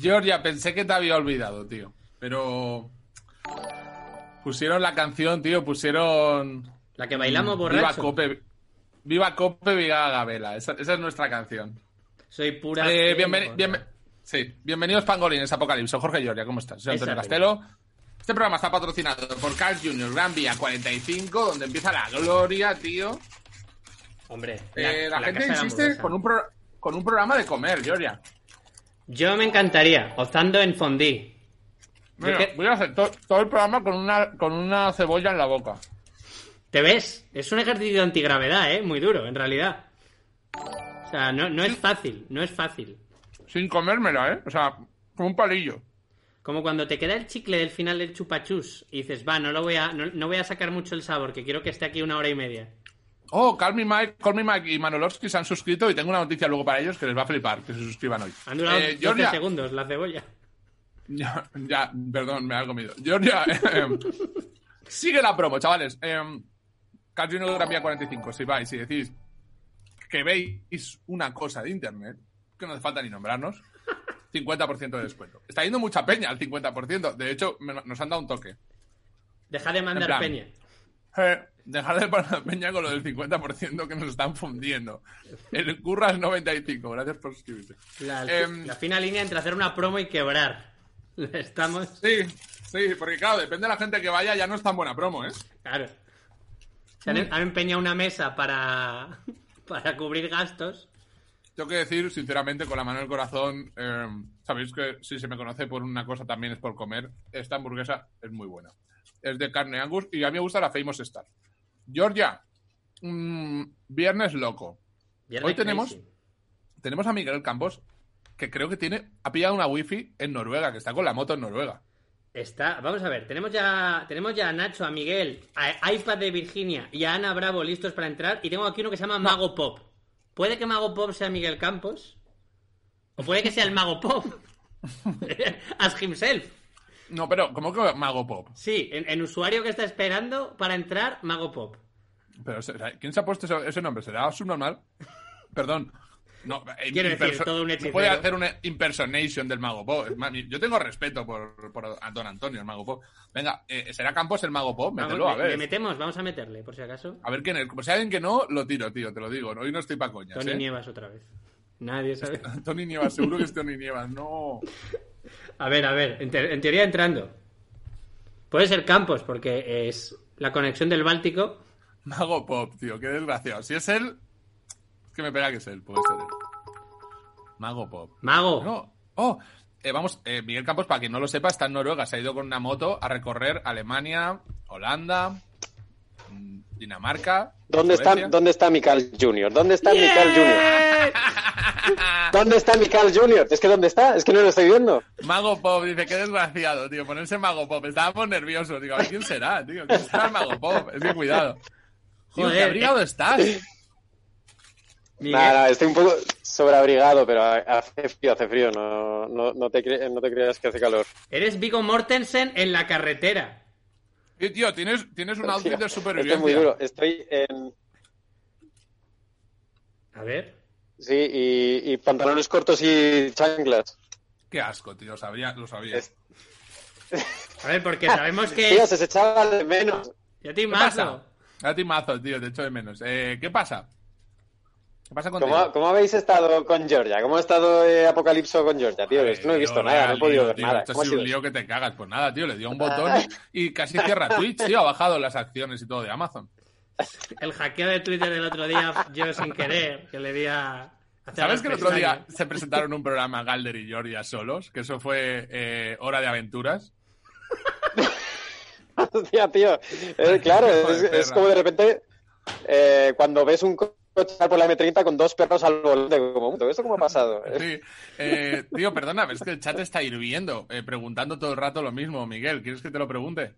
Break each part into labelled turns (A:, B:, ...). A: Georgia, pensé que te había olvidado, tío. Pero. Pusieron la canción, tío. Pusieron.
B: La que bailamos
A: Mm, Viva
B: borracho.
A: Cope. Viva Cope, viva Gabela. Esa, esa es nuestra canción.
B: Soy pura.
A: Eh,
B: cebo,
A: bienveni-
B: ¿no?
A: bienve- sí, bienvenidos Pangolines Apocalipsis. Jorge Lloria, ¿cómo estás? Soy Antonio
B: Esa
A: Castelo. Este programa está patrocinado por Carl Jr. Gran Vía 45, donde empieza la gloria, tío.
B: Hombre,
A: Eh, la, gente
B: casa de
A: insiste
B: hamburguesa.
A: con un, pro- con un programa de comer, Gloria.
B: Yo me encantaría, optando en fondí.
A: Mira,
B: Yo que-
A: voy a hacer to- todo el programa con una, con una cebolla en la boca.
B: ¿Te ves? Es un ejercicio de antigravedad, ¿eh? Muy duro, en realidad. O sea, no, no es fácil, no es fácil.
A: Sin comérmela, ¿eh? O sea, con un palillo.
B: Como cuando te queda el chicle del final del chupachús y dices, va, no lo voy a, no, no voy a sacar mucho el sabor, que quiero que esté aquí una hora y media.
A: Oh, Call Me Mike, Call Me Mike y Manolovsky se han suscrito y tengo una noticia luego para ellos que les va a flipar, que se suscriban hoy.
B: Han durado
A: Eh,
B: 12
A: Georgia,
B: segundos la cebolla.
A: Ya, ya, perdón, me ha comido. Georgia, em, sigue la promo, chavales. Eh, Casino Gran Vía 45, si vais y decís que veis una cosa de internet, que no hace falta ni nombrarnos, 50% de descuento. Está yendo mucha peña al 50%. De hecho, me- nos han dado un toque.
B: Deja de
A: En
B: mandar
A: plan,
B: peña.
A: Eh, dejar de poner peña con lo del 50% que nos están fundiendo. El Curras95, gracias por suscribirte.
B: La,
A: em,
B: la fina línea entre hacer una promo y quebrar. Estamos...
A: Sí, sí, porque claro, depende de la gente que vaya, ya no es tan buena promo, ¿eh?
B: Claro. Se han, em, han empeñado una mesa para, para cubrir gastos.
A: Tengo que decir, sinceramente, con la mano en el corazón, eh, sabéis que si se me conoce por una cosa también es por comer. Esta hamburguesa es muy buena. Es de carne angus y a mí me gusta la Famous Star. Georgia, mm, viernes loco.
B: Viernes
A: Hoy tenemos-
B: crazy.
A: Tenemos a Miguel Campos, que creo que tiene, ha pillado una wifi en Noruega, que está con la moto en Noruega.
B: Está, vamos a ver, tenemos ya, tenemos ya a Nacho, a Miguel, a iPad de Virginia y a Ana Bravo listos para entrar. Y tengo aquí uno que se llama Mago Pop. Puede que Mago Pop sea Miguel Campos. O puede que sea el Mago Pop. As himself.
A: No, pero, ¿cómo que Mago Pop?
B: Sí, en, en usuario que está esperando para entrar, Mago Pop.
A: Pero, o sea, ¿Quién se ha puesto ese, ese nombre? ¿Será subnormal? Perdón. No, eh,
B: Quiero decir,
A: imperso-
B: todo un
A: no
B: hechicero.
A: puede hacer una impersonation del Mago Po. Es más, Yo tengo respeto por, por a don Antonio, el Mago Po. Venga, eh, ¿será Campos el Mago Po?
B: Vamos,
A: Mételo, a
B: le- Le
A: ver.
B: metemos, vamos a meterle, por si acaso.
A: A ver quién es. Como si alguien que no, lo tiro, tío, te lo digo. Hoy no estoy pa' coñas,
B: Tony
A: ¿eh?
B: Nievas otra vez. Nadie sabe.
A: Tony Nievas, seguro que es Tony Nievas. No.
B: A ver, a ver, en, te- en teoría entrando. Puede ser Campos, porque es la conexión del Báltico.
A: Mago Pop, tío, qué desgraciado. Si es él, es que me pega que es él, puede ser él. Mago Pop.
B: Mago.
A: No. Oh, eh, vamos, eh, Miguel Campos, para quien no lo sepa, está en Noruega. Se ha ido con una moto a recorrer Alemania, Holanda, mm, Dinamarca.
C: ¿Dónde
A: Suecia.
C: está, ¿Dónde está Mical Junior? ¿Dónde está Mical Junior? ¿Dónde está Mical Junior? Es que ¿dónde está? Es que no lo estoy viendo.
A: Mago Pop, dice, qué desgraciado, tío, ponerse Mago Pop. Estábamos nerviosos. Digo, a ver, ¿quién será, tío? ¿Quién será el Mago Pop? Es que cuidado. Tío,
B: Joder,
A: qué abrigado estás.
B: Miguel.
C: Nada, nada, estoy un poco sobreabrigado, pero hace frío, hace frío. No, no, no, te, cre- no te creas que hace calor.
B: Eres Vigo Mortensen en la carretera.
A: Y, tío, tienes, tienes un outfit
C: Tío,
A: de supervivencia.
C: Esto este es muy duro. Estoy en.
B: A ver.
C: Sí, y, y pantalones cortos y chanclas.
A: Qué asco, tío, sabría, lo sabía.
C: Es-
B: A ver, porque sabemos
A: Eh.
B: que.
C: Tío, se se echaba de menos.
B: Yo te
A: ¿Qué
B: mazo.
A: pasa? A ti mazo, tío, te echo de menos. Eh, ¿Qué pasa? ¿Qué pasa contigo?
C: ¿Cómo, cómo habéis estado con Georgia? ¿Cómo ha estado eh, Apocalipso con Georgia, tío?
A: Madre,
C: Es que no he
A: tío,
C: visto
A: vaya
C: nada, no he podido
A: lío,
C: ver
A: tío,
C: nada.
A: Esto ha
C: ¿Cómo ha
A: sido un
C: sido?
A: lío que te cagas. Pues nada, tío, le dio un botón y casi cierra Twitch, tío. Ha bajado las acciones y todo de Amazon.
B: El hackeo de Twitter del otro día, yo sin querer, que le di a. a cerrar
A: ¿Sabes que el otro día
B: pestañas.
A: se presentaron un programa Galder y Georgia solos? Que eso fue eh, Hora de Aventuras.
C: Hostia, tío. Eh, claro,
A: Hijo de
C: es, es
A: perra.
C: como de repente eh, cuando ves un co- cochar por la M30 con dos perros al volante. Como, ¿Esto cómo ha pasado?
A: Sí. Eh, tío, perdona, pero es que el chat está hirviendo, eh, preguntando todo el rato lo mismo. Miguel, ¿quieres que te lo pregunte?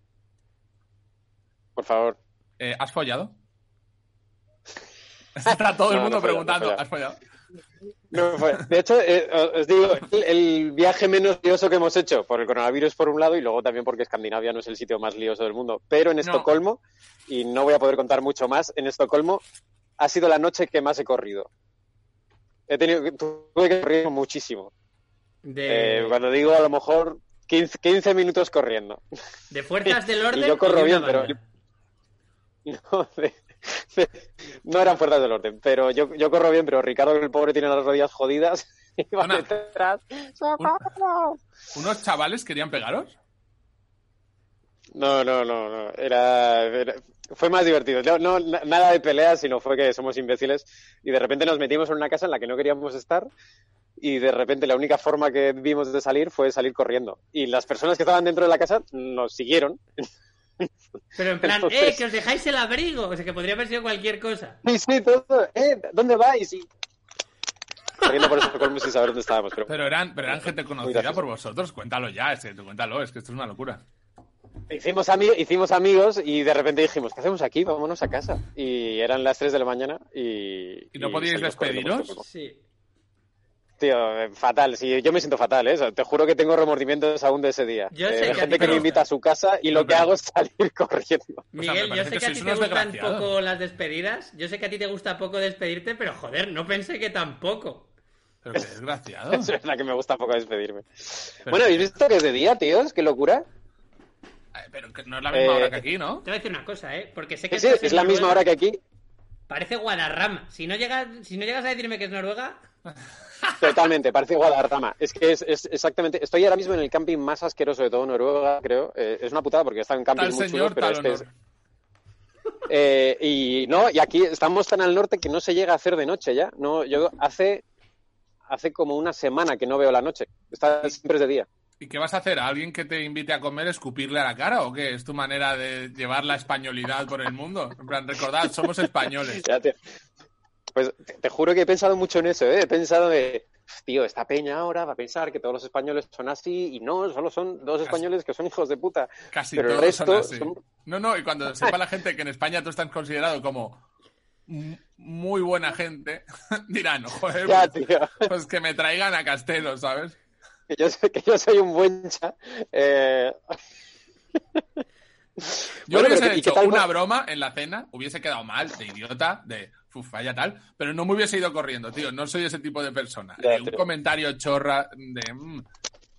C: Por favor.
A: Eh, ¿Has follado? Está todo el
C: No, no
A: mundo
C: he follado, no he
A: preguntando,
C: follado.
A: ¿has follado?
C: No fue. De hecho, eh, o- os digo, el, el viaje menos lioso que hemos hecho, por el coronavirus por un lado y luego también porque Escandinavia no es el sitio más lioso del mundo, pero en Estocolmo, y no voy a poder contar mucho más, en Estocolmo ha sido la noche que más he corrido. He tenido, que- tuve que correr muchísimo.
B: De,
C: Eh, cuando digo a lo mejor 15, 15 minutos corriendo.
B: de fuerzas del orden.
C: yo
B: de
C: corro
B: una
C: bien, pero-
B: banda.
C: No, de- de- no eran fuerzas del orden, pero yo, yo corro bien, pero Ricardo, el pobre, tiene las rodillas jodidas. Y va
A: Ana.
C: detrás.
A: Un- ¿Unos chavales querían pegaros?
C: No, no, no, no. Era, era- fue más divertido. No, no, na- nada de peleas, sino fue que somos imbéciles y de repente nos metimos en una casa en la que no queríamos estar y de repente la única forma que vimos de salir fue salir corriendo. Y las personas que estaban dentro de la casa nos siguieron.
B: Pero en plan, ¡eh!
C: Entonces-
B: Que os dejáis el abrigo. O sea, que podría haber sido cualquier cosa.
C: Y sí, todo, ¿eh? ¿Dónde vais? Y... Corriendo por Estocolmo sin saber dónde estábamos, pero...
A: Pero eran, pero eran gente conocida
C: gracioso.
A: por vosotros. Cuéntalo ya, es que tú cuéntalo, es que esto es una locura.
C: Hicimos, ami- hicimos amigos y de repente dijimos, ¿qué hacemos aquí? Vámonos a casa. Y eran las 3 de la mañana y...
A: ¿Y no podíais
C: salimos corriendo por
A: despediros?
C: Estocolmo.
B: Sí.
C: Tío, eh, fatal. Sí, yo me siento fatal, ¿eh? O sea, Te juro que tengo remordimientos aún de ese día.
B: Yo
C: Eh,
B: sé
C: de
B: que a ti
C: gente
B: te
C: que me
B: gusta.
C: invita a su casa y lo
A: No,
C: que
A: pero-
C: hago es salir corriendo.
A: sea,
B: Miguel,
A: me
B: yo
A: parece
B: sé que
A: que
B: a ti
A: sois
B: te
A: unos
B: gustan
A: desgraciados.
B: poco las despedidas. Yo sé que a ti te gusta poco despedirte, pero joder, no pensé que tampoco.
A: Pero qué desgraciado. Eh,
C: Es verdad que me gusta poco despedirme.
A: Ah. Pero-
C: Bueno, ¿habéis visto que es de día, tíos? ¡Qué locura!
A: Eh, Pero que no es la misma
C: Eh,
A: hora que aquí, ¿no?
B: Te voy a decir una cosa, ¿eh? Porque sé que.
C: Sí,
B: estás en
C: es la misma
B: Noruega.
C: hora que aquí.
B: Parece Guadarrama. Si no, llegas, si no llegas a decirme que es Noruega,
C: Totalmente, parece Guadarrama. Es que es, es exactamente... Estoy ahora mismo en el camping más asqueroso de todo Noruega, creo. Eh, es una putada porque están en camping
A: Tal
C: muy
A: señor,
C: chulos, pero
A: tal
C: este
A: honor.
C: es... Eh, y no, y aquí estamos tan al norte que no se llega a hacer de noche ya. No, yo hace hace como una semana que no veo la noche. Está siempre es de día.
A: ¿Y qué vas a hacer? ¿A alguien que te invite a comer escupirle a la cara o qué? ¿Es tu manera de llevar la españolidad por el mundo? En plan, recordad, somos españoles.
C: Ya te- pues te, te juro que he pensado mucho en eso, ¿eh? He pensado de, tío, esta peña ahora va a pensar que todos los españoles son así y no, solo son dos españoles que son hijos de puta.
A: Casi
C: Pero el
A: todos son
C: resto
A: así.
C: son-
A: No, no, y cuando sepa la gente que en España tú estás considerado como m- muy buena gente, dirán, joder,
C: Ya,
A: pues,
C: tío.
A: pues que me traigan a Castelo, ¿sabes?
C: Que yo, soy- que yo soy un buen cha. Eh,
A: Yo
C: Bueno,
A: hubiese
C: pero ¿y qué
A: hecho
C: tal
A: una
C: vos-
A: broma en la cena, hubiese quedado mal, de idiota, de uf, vaya tal, pero no me hubiese ido corriendo, tío. No soy ese tipo de persona.
C: Ya,
A: Eh, un
C: tío.
A: comentario chorra de. mm,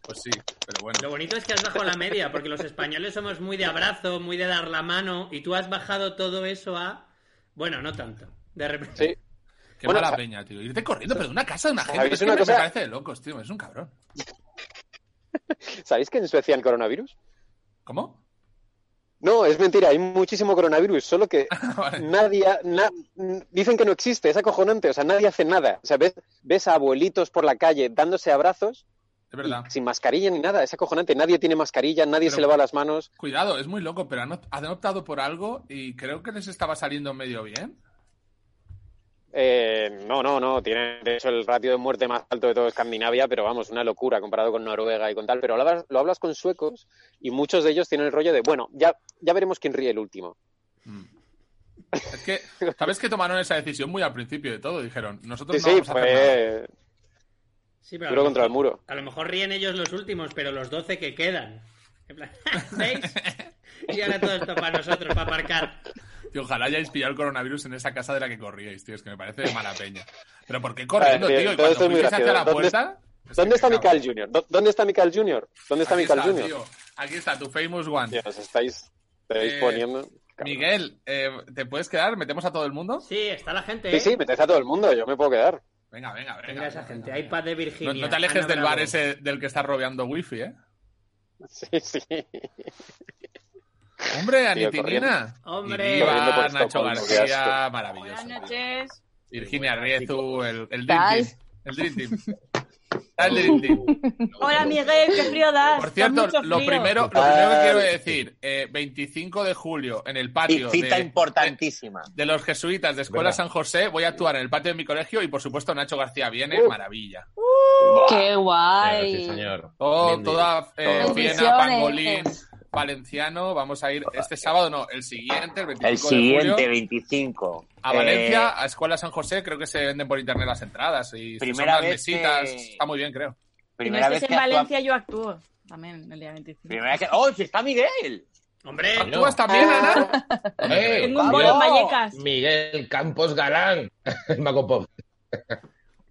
A: pues sí, pero bueno.
B: Lo bonito es que has bajado la media, porque los españoles somos muy de abrazo, muy de dar la mano, y tú has bajado todo eso a. Bueno, no tanto. De repente.
C: sí.
A: Qué
C: Bueno,
A: mala
C: sa-
A: peña, tío. Irte corriendo, pero de una casa de una gente.
C: ¿sabéis
A: Es que
C: una
A: me-
C: cosa?
A: me parece de locos, tío. Es un cabrón.
C: ¿Sabéis que en Suecia el coronavirus?
A: ¿Cómo?
C: No, es mentira, hay muchísimo coronavirus, solo que
A: Vale.
C: nadie, ha- na- n- dicen que no existe, es acojonante, o sea, nadie hace nada. O sea, ves, ves a abuelitos por la calle dándose abrazos
A: Es verdad.
C: y sin mascarilla ni nada, es acojonante, nadie tiene mascarilla, nadie
A: Pero-
C: se lava las manos.
A: Cuidado, es muy loco, pero han, opt- han optado por algo y creo que les estaba saliendo medio bien.
C: Eh, no, no, no, tiene de hecho el ratio de muerte más alto de toda Escandinavia, pero vamos, una locura comparado con Noruega y con tal, pero lo hablas, lo hablas con suecos y muchos de ellos tienen el rollo de, bueno, ya, ya veremos quién ríe el último.
A: Mm. Es que, ¿sabes que tomaron esa decisión muy al principio de todo? Dijeron, nosotros
C: Sí,
A: no
C: sí,
A: vamos a hacer nada.
C: fue
B: Sí, pero a
C: duro
B: lo
C: contra el
B: mejor-
C: muro.
B: A lo mejor ríen ellos los últimos, pero los 12 que quedan. En plan, ¿Veis? Y ahora todo esto para nosotros, para aparcar.
A: Tío, ojalá hayáis pillado el coronavirus en esa casa de la que corríais, tío. Es que me parece de mala peña. Pero
C: Eh,
A: ¿por qué corriendo,
C: Vale, tío,
A: tío? Y
C: todo
A: cuando
C: esto es muy
A: fuisteis hacia la
C: gracioso.
A: puerta... es que
C: ¿Dónde
A: me
C: está
A: cago.
C: Mical Junior? ¿Dónde está Mical Junior? ¿Dónde está
A: Aquí
C: Mical
A: está,
C: Junior?
A: tío. Aquí está, tu famous one.
C: Tío, os estáis, estáis
A: Eh,
C: poniendo. cabrón.
A: Miguel, eh, ¿te puedes quedar? ¿Metemos a todo el mundo?
B: Sí, está la gente. ¿eh?
C: Sí, sí, metes a todo el mundo, yo me puedo quedar.
A: Venga, venga, venga.
B: Venga, esa
A: venga,
B: gente.
A: venga.
B: iPad de Virginia.
A: No, no te alejes
B: Ana
A: del bar
B: Bravo.
A: ese del que está rodeando wifi, ¿eh?
C: Sí, sí.
A: Hombre,
C: Tío,
A: Anitinina.
B: Hombre.
A: Y viva
C: Corriendo por
A: Nacho
C: Estocolmo, qué
A: García,
C: asco.
A: maravilloso.
D: Buenas noches.
A: Virginia Riezu, el, el
D: tal?
A: Dream Team. El Dream Team. Está el de Dindín.
D: Hola Miguel, qué frío das.
A: Por
D: da
A: cierto,
D: mucho
A: lo
D: frío.
A: primero, lo
E: Ah,
A: primero que quiero decir, eh, 25 de julio, en el patio
E: Cita
A: de,
E: importantísima.
A: de los jesuitas de Escuela
F: Verdad.
A: San José, voy a actuar en el patio de mi colegio y, por supuesto, Nacho García viene, maravilla.
G: ¡Qué
F: Sí,
G: guay!
F: señor.
A: Todo,
F: Bien
A: toda eh,
F: Todo.
A: Viena,
G: Bendiciones.
A: Pangolín, Valenciano, vamos a ir este sábado, no, el siguiente, el 25
E: El
A: de
E: siguiente,
A: julio,
E: 25.
A: a
E: Eh,
A: Valencia, a Escuela San José, creo que se venden por internet las entradas y son
E: Primera
A: las
E: vez
A: mesitas,
E: que-
A: está muy bien, creo.
D: Si no
E: primera vez
D: estés
E: que
D: en
E: actúa-
D: Valencia, yo actúo. También el día 25.
E: primera vez que- ¡Oh, si está Miguel!
B: Hombre,
A: ¿Tú vas también,
E: Ah,
A: Ana?
F: ¡Eh,
D: Tengo un bolo
E: Pablo.
D: en Vallecas.
F: Miguel Campos Galán, el Mago Pop.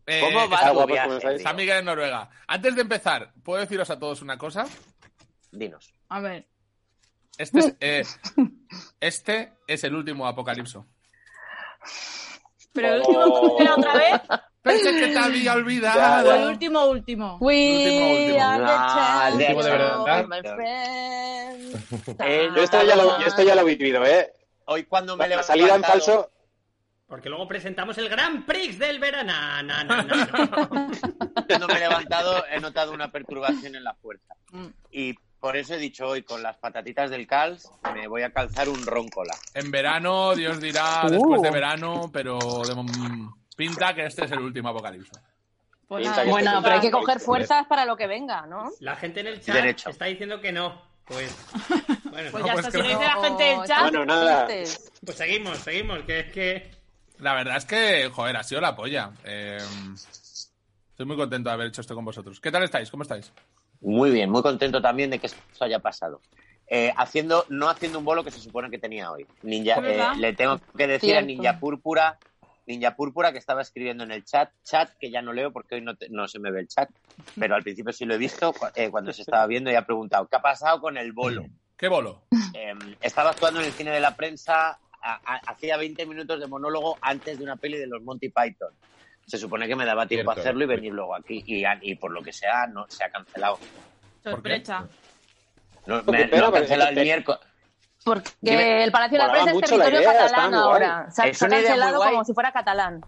A: Eh,
E: ¿Cómo
C: está
E: va tu
C: guapo,
E: viaje?
C: ¿cómo estáis?
A: San
E: tío?
A: Miguel en Noruega. Antes de empezar, ¿puedo deciros a todos una cosa?
E: Dinos.
D: A ver.
A: Este es, eh, este es el último apocalipso.
D: Pero el último, ¿cómo era otra vez?
A: Pensé que te había
D: O el
A: olvidado.
D: último, último.
G: We
A: Último,
G: are the
E: último.
F: Último de verdad.
G: champions, my friend.
E: Eh,
A: Ah,
C: Yo esto ya lo, yo esto ya lo he vivido, ¿eh?
E: Hoy cuando me
C: La
E: levanto.
C: salida en falso,
B: porque luego presentamos el Gran Prix del verano. Na, na, na, na.
E: Cuando me he levantado he notado una perturbación en la fuerza.
D: Mm.
E: Y por eso he dicho hoy, con las patatitas del calz, me voy a calzar un roncola.
A: En verano, Dios dirá, después
G: Uh.
A: de verano, pero de mom- pinta que este es el último apocalipso.
D: Pues
C: Pinta
D: nada.
C: que
G: Bueno, pero hay que
C: Vale.
G: coger fuerzas para lo que venga, ¿no?
B: La gente en el chat
E: Derecho.
B: está diciendo que no. Pues, bueno,
D: Pues
A: No,
D: ya
A: pues
D: está, si
A: que
D: lo dice
A: no.
D: la gente del chat.
C: Bueno, nada.
B: pues seguimos, seguimos, que es que...
A: La verdad es que, joder, ha sido la polla. Eh, estoy muy contento de haber hecho esto con vosotros. ¿Qué tal estáis? ¿Cómo estáis?
E: Muy bien, muy contento también de que esto haya pasado. Eh, haciendo, no haciendo un bolo que se supone que tenía hoy. Ninja,
D: Es
E: eh,
D: verdad.
E: le tengo que decir a
G: Cierto.
E: Ninja Púrpura, Ninja Púrpura que estaba escribiendo en el chat, chat que ya no leo porque hoy no, te- no se me ve el chat, pero al principio sí lo he visto cu- eh, cuando se estaba viendo y ha preguntado qué ha pasado con el bolo.
A: ¿Qué bolo?
E: Eh, estaba actuando en el cine de la prensa, a- a- hacía 20 minutos de monólogo antes de una peli de los Monty Python. Se supone que me daba tiempo a
F: Cierto.
E: hacerlo y venir luego aquí y, a- y por lo que sea no se ha cancelado.
D: Sorpresa.
E: No,
C: Porque
E: me,
C: espera,
E: lo han
C: porque-
E: cancelado el miércoles.
G: Porque
E: Dime.
G: el Palacio de la
C: Molaba
G: Prensa es
C: mucho la
G: territorio
C: idea, estaba
G: catalán
C: muy guay.
G: ahora. Se ha,
E: Es
G: se ha
E: una idea muy
G: cancelado
E: guay.
G: como si fuera catalán.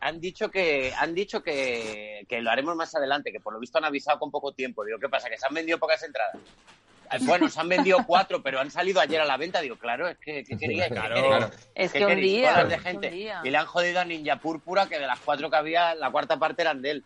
E: Han dicho que han dicho que, que lo haremos más adelante, que por lo visto han avisado con poco tiempo. Digo, ¿qué pasa? Que se han vendido pocas entradas. Ah, Bueno, se han vendido cuatro, pero han salido ayer a la venta. Digo, claro, es que ¿qué queríais? ¿Qué
A: Claro,
E: queréis?
A: Eh, claro.
G: Es
E: ¿Qué
G: que un
E: queréis?
G: día.
E: Cosas de
G: es que un
E: gente.
G: día.
E: Y le han jodido a Ninja Púrpura, que de las cuatro que había, la cuarta parte eran de él.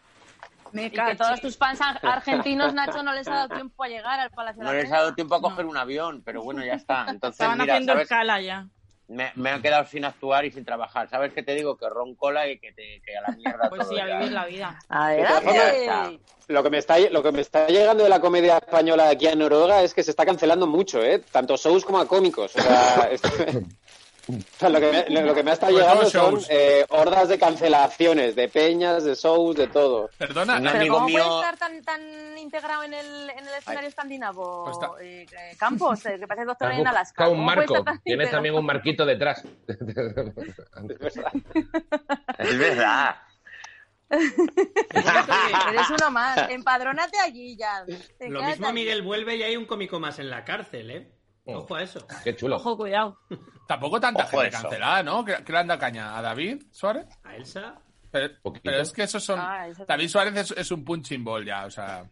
D: Me
G: Y que todos
A: Pues
G: tus fans ar- argentinos, Nacho, no les ha dado tiempo a llegar al Palacio de
E: No
G: la
E: les
G: Prensa.
E: ha dado tiempo a coger un avión, pero bueno, ya está. Entonces,
D: Estaban
E: mira,
D: haciendo
E: ¿sabes?
D: escala ya.
E: Me, me han quedado sin actuar y sin trabajar. ¿Sabes qué te digo? Que roncola y que, te, que a la mierda
D: Pues
E: todo
D: sí, a
E: ya. Pues
D: vivir la vida.
E: Ya
G: ¡Adelante!
E: está.
C: lo que, me está, lo que me está llegando de la comedia española aquí en Noruega es que se está cancelando mucho, ¿eh? Tanto shows como a cómicos. O sea, esto- o sea, lo, que me, lo que me está
A: Pues
C: llegando
A: no
C: son
A: shows.
C: eh, hordas de cancelaciones, de peñas, de shows, de todo.
A: Perdona,
E: Un
G: Pero
E: amigo
G: ¿cómo
E: mío-
G: puede estar tan, tan integrado en el, en el escenario escandinavo,
A: Pues está-
G: eh, eh, Campos? eh, que parece doctor en Alaska.
F: Busca un
G: ¿Cómo puede
F: marco.
G: estar tan
F: Tienes
G: integrado?
F: también un marquito detrás.
E: Es verdad.
G: Eres uno más. Empadrónate allí ya. Te
B: Lo
G: quedas
B: mismo
G: allí.
B: Miguel vuelve y hay un cómico más en la cárcel, ¿eh?
A: Oh.
B: Ojo a eso.
F: Qué chulo.
D: Ojo, cuidado.
A: tampoco tanta
E: Ojo
A: gente
E: eso.
A: cancelada, ¿no? ¿Qué, qué le han dado caña? ¿A David Suárez?
B: A Elsa...
A: Pero,
F: Poquito.
A: pero es que esos son...
G: Ah, eso-
A: David Suárez es, es un punching ball ya, o sea...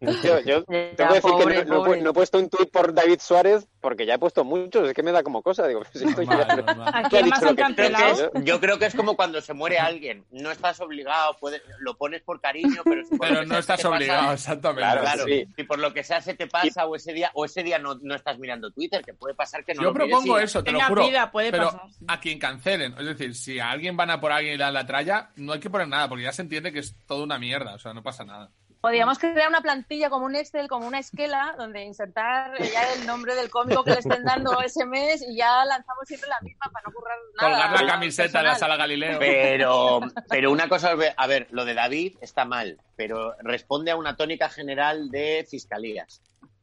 C: Yo, yo
G: Ya,
C: tengo que decir
G: pobre,
C: que no- no, he pu-
G: pobre.
C: no he puesto un tuit por David Suárez porque ya he puesto muchos. Es que me da como cosa. Digo, pues esto ya-
A: Normal, normal.
D: ¿A
C: Ya he
D: quién más
C: dicho lo que
D: han
E: Creo que es-
D: cancelado?
E: yo creo que es como cuando se muere alguien. No estás obligado, puede- lo pones por cariño, pero, si por lo
A: Pero
E: que
A: no
E: sea
A: estás
E: se te pasa-
A: obligado, exactamente.
E: Claro,
C: Claro, sí.
E: Si por lo que sea se te pasa o ese día, o ese día no, no estás mirando Twitter, que puede pasar que no
A: Yo
E: lo mires
A: propongo
E: y-
A: eso, te lo
D: Tenga
A: juro.
D: vida, puede
A: pero
D: pasar, sí.
A: a quien cancelen, es decir, si a alguien van a por alguien y le dan la tralla, no hay que poner nada, porque ya se entiende que es toda una mierda, o sea, no pasa nada.
G: Podríamos crear una plantilla como un Excel, como una esquela, donde insertar eh, ya el nombre del cómico que le estén dando ese mes y ya lanzamos siempre la misma para no currar nada.
A: Colgar la camiseta en la
G: personal.
A: sala Galileo.
E: Pero, pero una cosa, os ve- a ver, lo de David está mal, pero responde a una tónica general de fiscalías.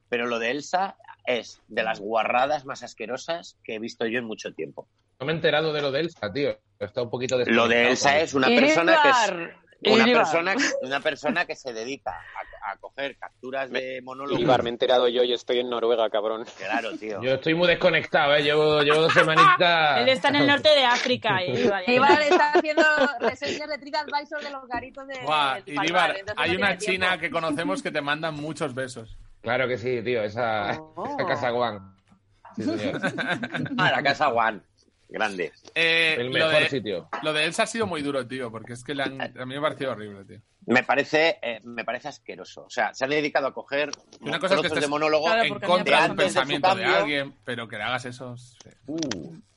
E: Pero lo de Elsa es de las guarradas más asquerosas que he visto yo en mucho tiempo.
F: No me he enterado de lo de Elsa, tío. Está un poquito
E: Lo de Elsa es una persona que es,
G: Iribar,
E: Una
D: Iribar.
E: persona, una persona que se dedica a, a coger capturas de monólogos.
C: Iribar, ¿eh? me he enterado yo y estoy en Noruega, cabrón.
E: Claro, tío.
F: Yo estoy muy desconectado, ¿eh? Llevo, llevo dos semanitas.
A: Ah.
D: Él está en el norte de África. eh, vale.
G: Ibar está haciendo reseñas de TripAdvisor de los garitos de.
A: Buah,
G: del
A: Iribar,
G: Palmar, entonces no
A: hay
G: tiene
A: una
G: tiempo.
A: china que conocemos que te mandan muchos besos.
F: Claro que sí, tío, esa,
G: Oh.
F: esa casa Guan. Sí, señor.
E: A Ah, la casa Juan. Grande.
A: Eh,
F: El
A: lo,
F: mejor
A: de,
F: sitio.
A: lo de Elsa ha sido muy duro, tío, porque es que le han- a mí me ha parecido horrible, tío.
E: Me parece, eh, me parece asqueroso. O sea, se ha dedicado a coger
A: Una cosa es que
E: trozos
A: estés-
E: de monólogo
D: Claro,
A: en
D: porque
A: contra
E: había
A: del
E: razón.
A: pensamiento de
E: Antes de su
A: alguien, pero que le hagas eso. sí.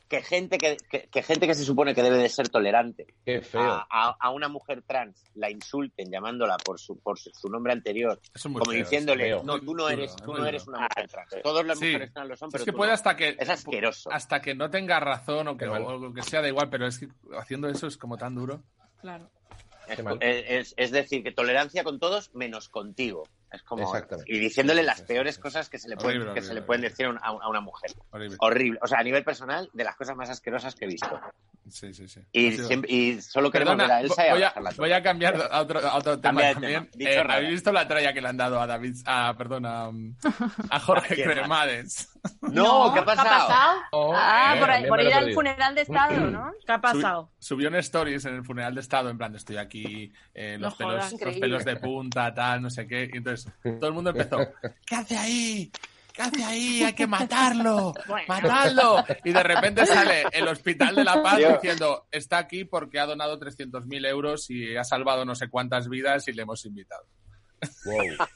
E: que gente que, que- que gente que se supone que debe de ser tolerante
F: Qué feo.
E: a, a- a una mujer trans la insulten llamándola por su por su, su nombre anterior,
A: Eso es muy
E: como
A: feo,
E: diciéndole
F: feo.
E: no tú no
A: Muy
E: eres
A: duro,
E: tú
A: muy duro.
E: no
A: Ah, eh,
E: eres una mujer trans. Todas las
A: Sí.
E: mujeres trans lo son, pero
A: es que
E: tú
A: puede
E: no.
A: hasta que.
E: Es asqueroso.
A: Hasta que no tenga razón o que,
F: Qué mal.
A: o lo que sea, da igual, pero es que haciendo eso es como tan duro.
D: Claro.
E: Es,
F: Qué mal.
E: es- es decir, que tolerancia con todos menos contigo. Es como
F: Exactamente.
E: y diciéndole las
A: Sí, sí,
E: peores
A: sí.
E: cosas que se le
A: Horrible,
E: pueden que
A: horrible,
E: se le pueden
A: horrible.
E: decir a un- a un- a una mujer.
A: Horrible.
E: Horrible, o sea, a nivel personal de las cosas más asquerosas que he visto.
A: Sí, sí, sí. Ha
E: Y,
A: sido-
E: siempre- y solo queremos
A: Pues Perdona,
E: ver a Elsa y
A: voy, a,
E: abrazarla.
A: voy a cambiar a otro, a otro tema
E: Cambia de
A: también.
E: tema. Dicho
A: Eh,
E: raro.
A: ¿Habéis visto la tralla que le han dado a David, a, perdón, a, mm, a
E: ¿A
A: Jorge
E: quién más?
A: Cremades?
E: No, ¿qué ha pasado?
F: Oh,
G: Ah,
F: eh,
G: por, ahí-
F: también
G: por
F: me lo
G: ir
F: he
G: al
F: perdido.
G: funeral de Estado, ¿no?
D: ¿Qué ha pasado?
A: Subió un stories en el funeral de Estado, en plan, estoy aquí, eh, los,
D: No
A: pelos,
D: jodas,
A: los
G: increíble.
A: pelos de punta, tal, no sé qué. Y entonces todo el mundo empezó, ¿qué hace ahí? ¿Qué hace ahí? Hay que matarlo, matadlo. Y de repente sale el Hospital de la Paz
C: Tío.
A: diciendo, está aquí porque ha donado 300.000 euros y ha salvado no sé cuántas vidas y le hemos invitado.
F: Wow.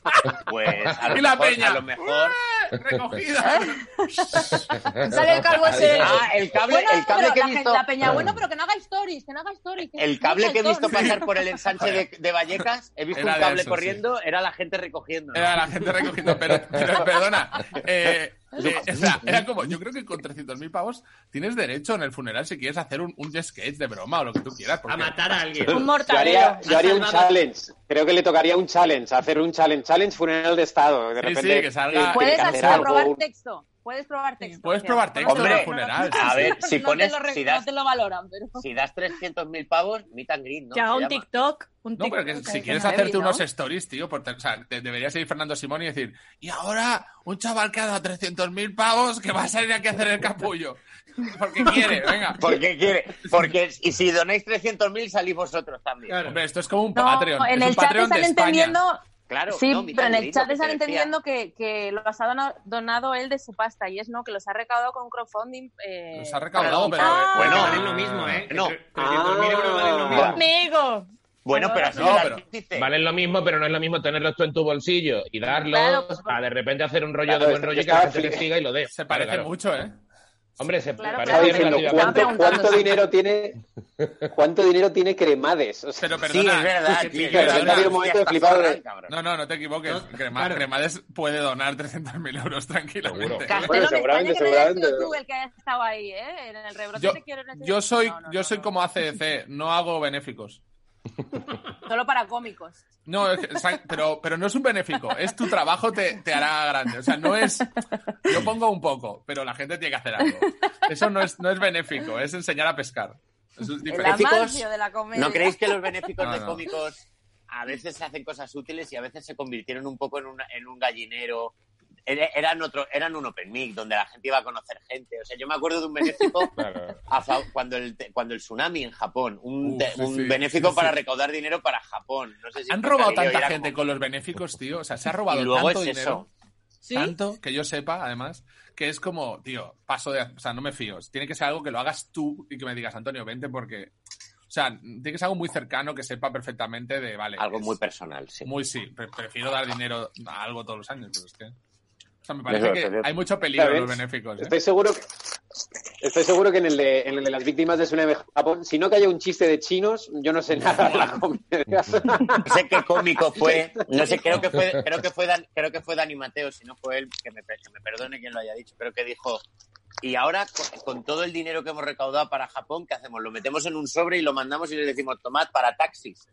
E: Pues a lo
A: Y la
E: mejor,
A: peña.
E: a lo mejor.
A: recogida.
G: Sale el calvo ese.
E: Ah, el cable,
G: Bueno,
E: el cable
G: pero
E: que
G: la,
E: he
G: gente-
E: visto.
G: la peña, bueno, pero que no haga stories, que no haga stories.
E: El cable que he visto
G: para
E: pasar por el ensanche de, de Vallecas, he visto
A: Era
E: un
A: de
E: cable
A: eso,
E: corriendo, era la gente recogiendo. ¿no?
A: Era la gente recogiendo, pero, pero perdona. eh, eh, o sea, era como, yo creo que con 300.000 pavos tienes derecho en el funeral si quieres hacer un, un sketch de broma o lo que tú quieras.
B: A
A: porque-
B: matar a alguien.
D: Un
C: Yo haría,
D: mortadero.
C: yo haría un
B: Salvador.
C: challenge. Creo que le tocaría un challenge, hacer un challenge, challenge funeral de Estado. De
A: Sí,
C: repente, eh,
A: sí, que
E: Ah,
A: salga-
C: tiene
G: Puedes
C: que hacer
G: hasta
C: algo,
G: probar
C: un-
G: texto. Puedes probar texto.
A: Puedes probar texto
E: Hombre,
A: en el funeral.
E: a ver,
G: No
E: si
G: te
E: pones,
G: lo re-
E: si das,
G: No te lo valoran, pero.
E: si das 300.000 pavos, meet and greet, ¿no?
D: Que haga
E: Se
D: un
E: llama.
D: TikTok. Un
A: No,
D: TikTok.
A: pero que si quieres
G: heavy,
A: hacerte
G: ¿no?
A: unos stories, tío, por- o sea, te- deberías ir Fernando Simón y decir, y ahora un chaval que ha dado 300.000 pavos que va a salir aquí a hacer el capullo. Porque quiere, venga.
E: Porque quiere, porque y si donáis 300.000 salís vosotros también.
B: Claro.
A: Hombre, esto es como un
G: No,
A: Patreon.
G: en
A: es
G: el
A: un
G: chat
A: Patreon
G: están
A: de España.
G: entendiendo.
E: Claro,
G: sí,
E: no, meet
G: pero en
E: and
G: el
E: greet,
G: chat
E: lo que
G: están
E: te decía.
G: entendiendo que, que los ha dono- donado él de su pasta y es no, que los ha recaudado con crowdfunding. Eh,
A: Los ha recaudado, pero...
D: Ah.
A: pero
E: Bueno,
A: valen
B: Valen lo mismo, ¿eh?
E: No.
B: 300.000 euros valen lo mismo.
D: Conmigo.
E: Bueno, pero así
A: No,
E: el
A: pero-
E: artífice.
F: Valen lo mismo, pero no es lo mismo tenerlos tú en tu bolsillo y darlos
G: Claro, pues,
F: a de repente hacer un rollo
C: Claro,
F: de buen
C: esto-
F: rollo y que
C: estaba
F: la gente te
C: fli-
F: siga y lo dé.
A: Se
F: Claro,
A: parece
F: claro.
A: mucho, ¿eh?
F: Hombre, se
G: Claro,
F: parece
C: Estaba
G: claro.
C: diciendo,
G: Estaba
F: relativamente.
C: ¿cuánto,
G: preguntando,
C: cuánto
G: sí.
C: dinero tiene, ¿cuánto dinero tiene Cremades? O sea,
A: Pero
E: Sí,
A: perdona.
E: es verdad,
A: que-
E: tío.
A: que-
C: Claro,
A: perdona.
C: ha habido un momento de
E: Hasta
C: flipado de-
E: ahora, cabrón.
A: No, no, no te equivoques.
B: No,
A: Crema-
B: claro.
A: Cremades puede donar 300.000 euros tranquilamente.
E: Seguro.
G: Pero me
C: seguramente,
G: extraña que no hayas
C: seguramente,
G: sido
C: pero-
G: tú el que haya estado ahí, ¿eh? En el rebrote
A: Yo,
G: te quiero en ese-
A: yo soy,
G: No, no,
A: yo
G: no,
A: soy
G: no.
A: como ACDC, no hago benéficos.
G: Solo para cómicos.
A: No, es que- o sea, pero, pero no es un benéfico, es tu trabajo te, te hará grande. O sea, no es. Yo pongo un poco, pero la gente tiene que hacer algo. Eso no es, no es benéfico, es enseñar a pescar. Eso es
G: El
A: diferente.
E: Benéficos,
G: amancio de la comedia.
E: ¿No creéis que los benéficos
A: No,
E: de
A: no.
E: cómicos a veces hacen cosas útiles y a veces se convirtieron un poco en, una- en un gallinero? Era- Eran, otro, eran un open mic donde la gente iba a conocer gente. O sea, yo me acuerdo de un benéfico
F: Claro.
E: a fa- cuando, el, te- cuando el tsunami en Japón, un,
A: Uf,
E: te-
A: sí,
E: un
A: sí,
E: benéfico
A: sí,
E: para
A: sí.
E: recaudar dinero para Japón. No sé si
A: Han
E: fue
A: robado
E: Carillo, y
A: tanta
E: era
A: gente
E: como-
A: con los benéficos, tío. O sea, se ha robado
E: Y luego
A: tanto
E: es
A: dinero.
E: eso.
D: ¿Sí?
A: tanto que yo sepa, además, que es como, tío, paso de. O sea, no me fío. Tiene que ser algo que lo hagas tú y que me digas, Antonio, vente porque. O sea, tiene que ser algo muy cercano que sepa perfectamente de, vale.
E: Algo
A: es
E: muy personal, sí.
A: Muy sí. pre- prefiero dar dinero a algo todos los años, pero es que. O sea, me parece
E: Eso,
A: que
E: pero-
A: hay mucho peligro en los
C: ¿Sabes?
A: benéficos. ¿eh?
C: Estoy seguro que, estoy seguro que en, el de, en el de las víctimas de tsunami en Japón, si no que haya un chiste de chinos, yo no sé nada de la comedia.
E: No sé qué cómico fue, no sé, creo que fue, creo que fue, Dan- creo que fue Dani Mateo, si no fue él, que me, per- que me perdone quien lo haya dicho, creo que dijo, y ahora co- con todo el dinero que hemos recaudado para Japón, ¿qué hacemos? Lo metemos en un sobre y lo mandamos y le decimos, tomad para taxis.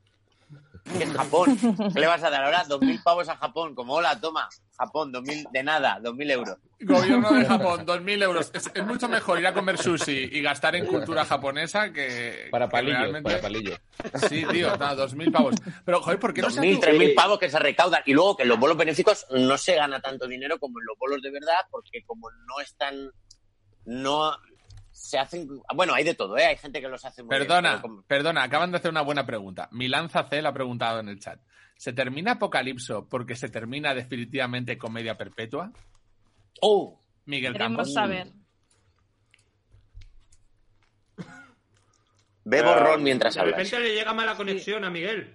E: que es Japón. ¿Qué le vas a dar ahora? 2.000 pavos a Japón. Como, hola, toma, Japón, 2.000 de nada, 2.000 euros.
A: Gobierno de Japón, 2.000 euros. Es, es mucho mejor ir a comer sushi y gastar en cultura japonesa que.
F: Para
A: que
F: palillo,
A: realmente-
F: para palillo.
A: Sí, tío, nada, 2.000 pavos. Pero, joder, ¿por qué no Eh, se hace
E: 2.000,
A: un-
E: 3.000 pavos que se recaudan. Y luego que en los bolos benéficos no se gana tanto dinero como en los bolos de verdad, porque como no están. No. Se hacen. Bueno, hay de todo, ¿eh? Hay gente que los hace muy bien,
A: Perdona,
E: pero como-
A: perdona, acaban de hacer una buena pregunta. Milanza C la ha preguntado en el chat. ¿Se termina Apocalipso porque se termina definitivamente Comedia Perpetua?
E: ¡Oh!
A: Miguel
D: Queremos
A: Campos.
D: saber.
E: Bebo
C: Eh,
E: ron mientras
B: De
E: hablas.
B: repente le llega mala conexión a Miguel.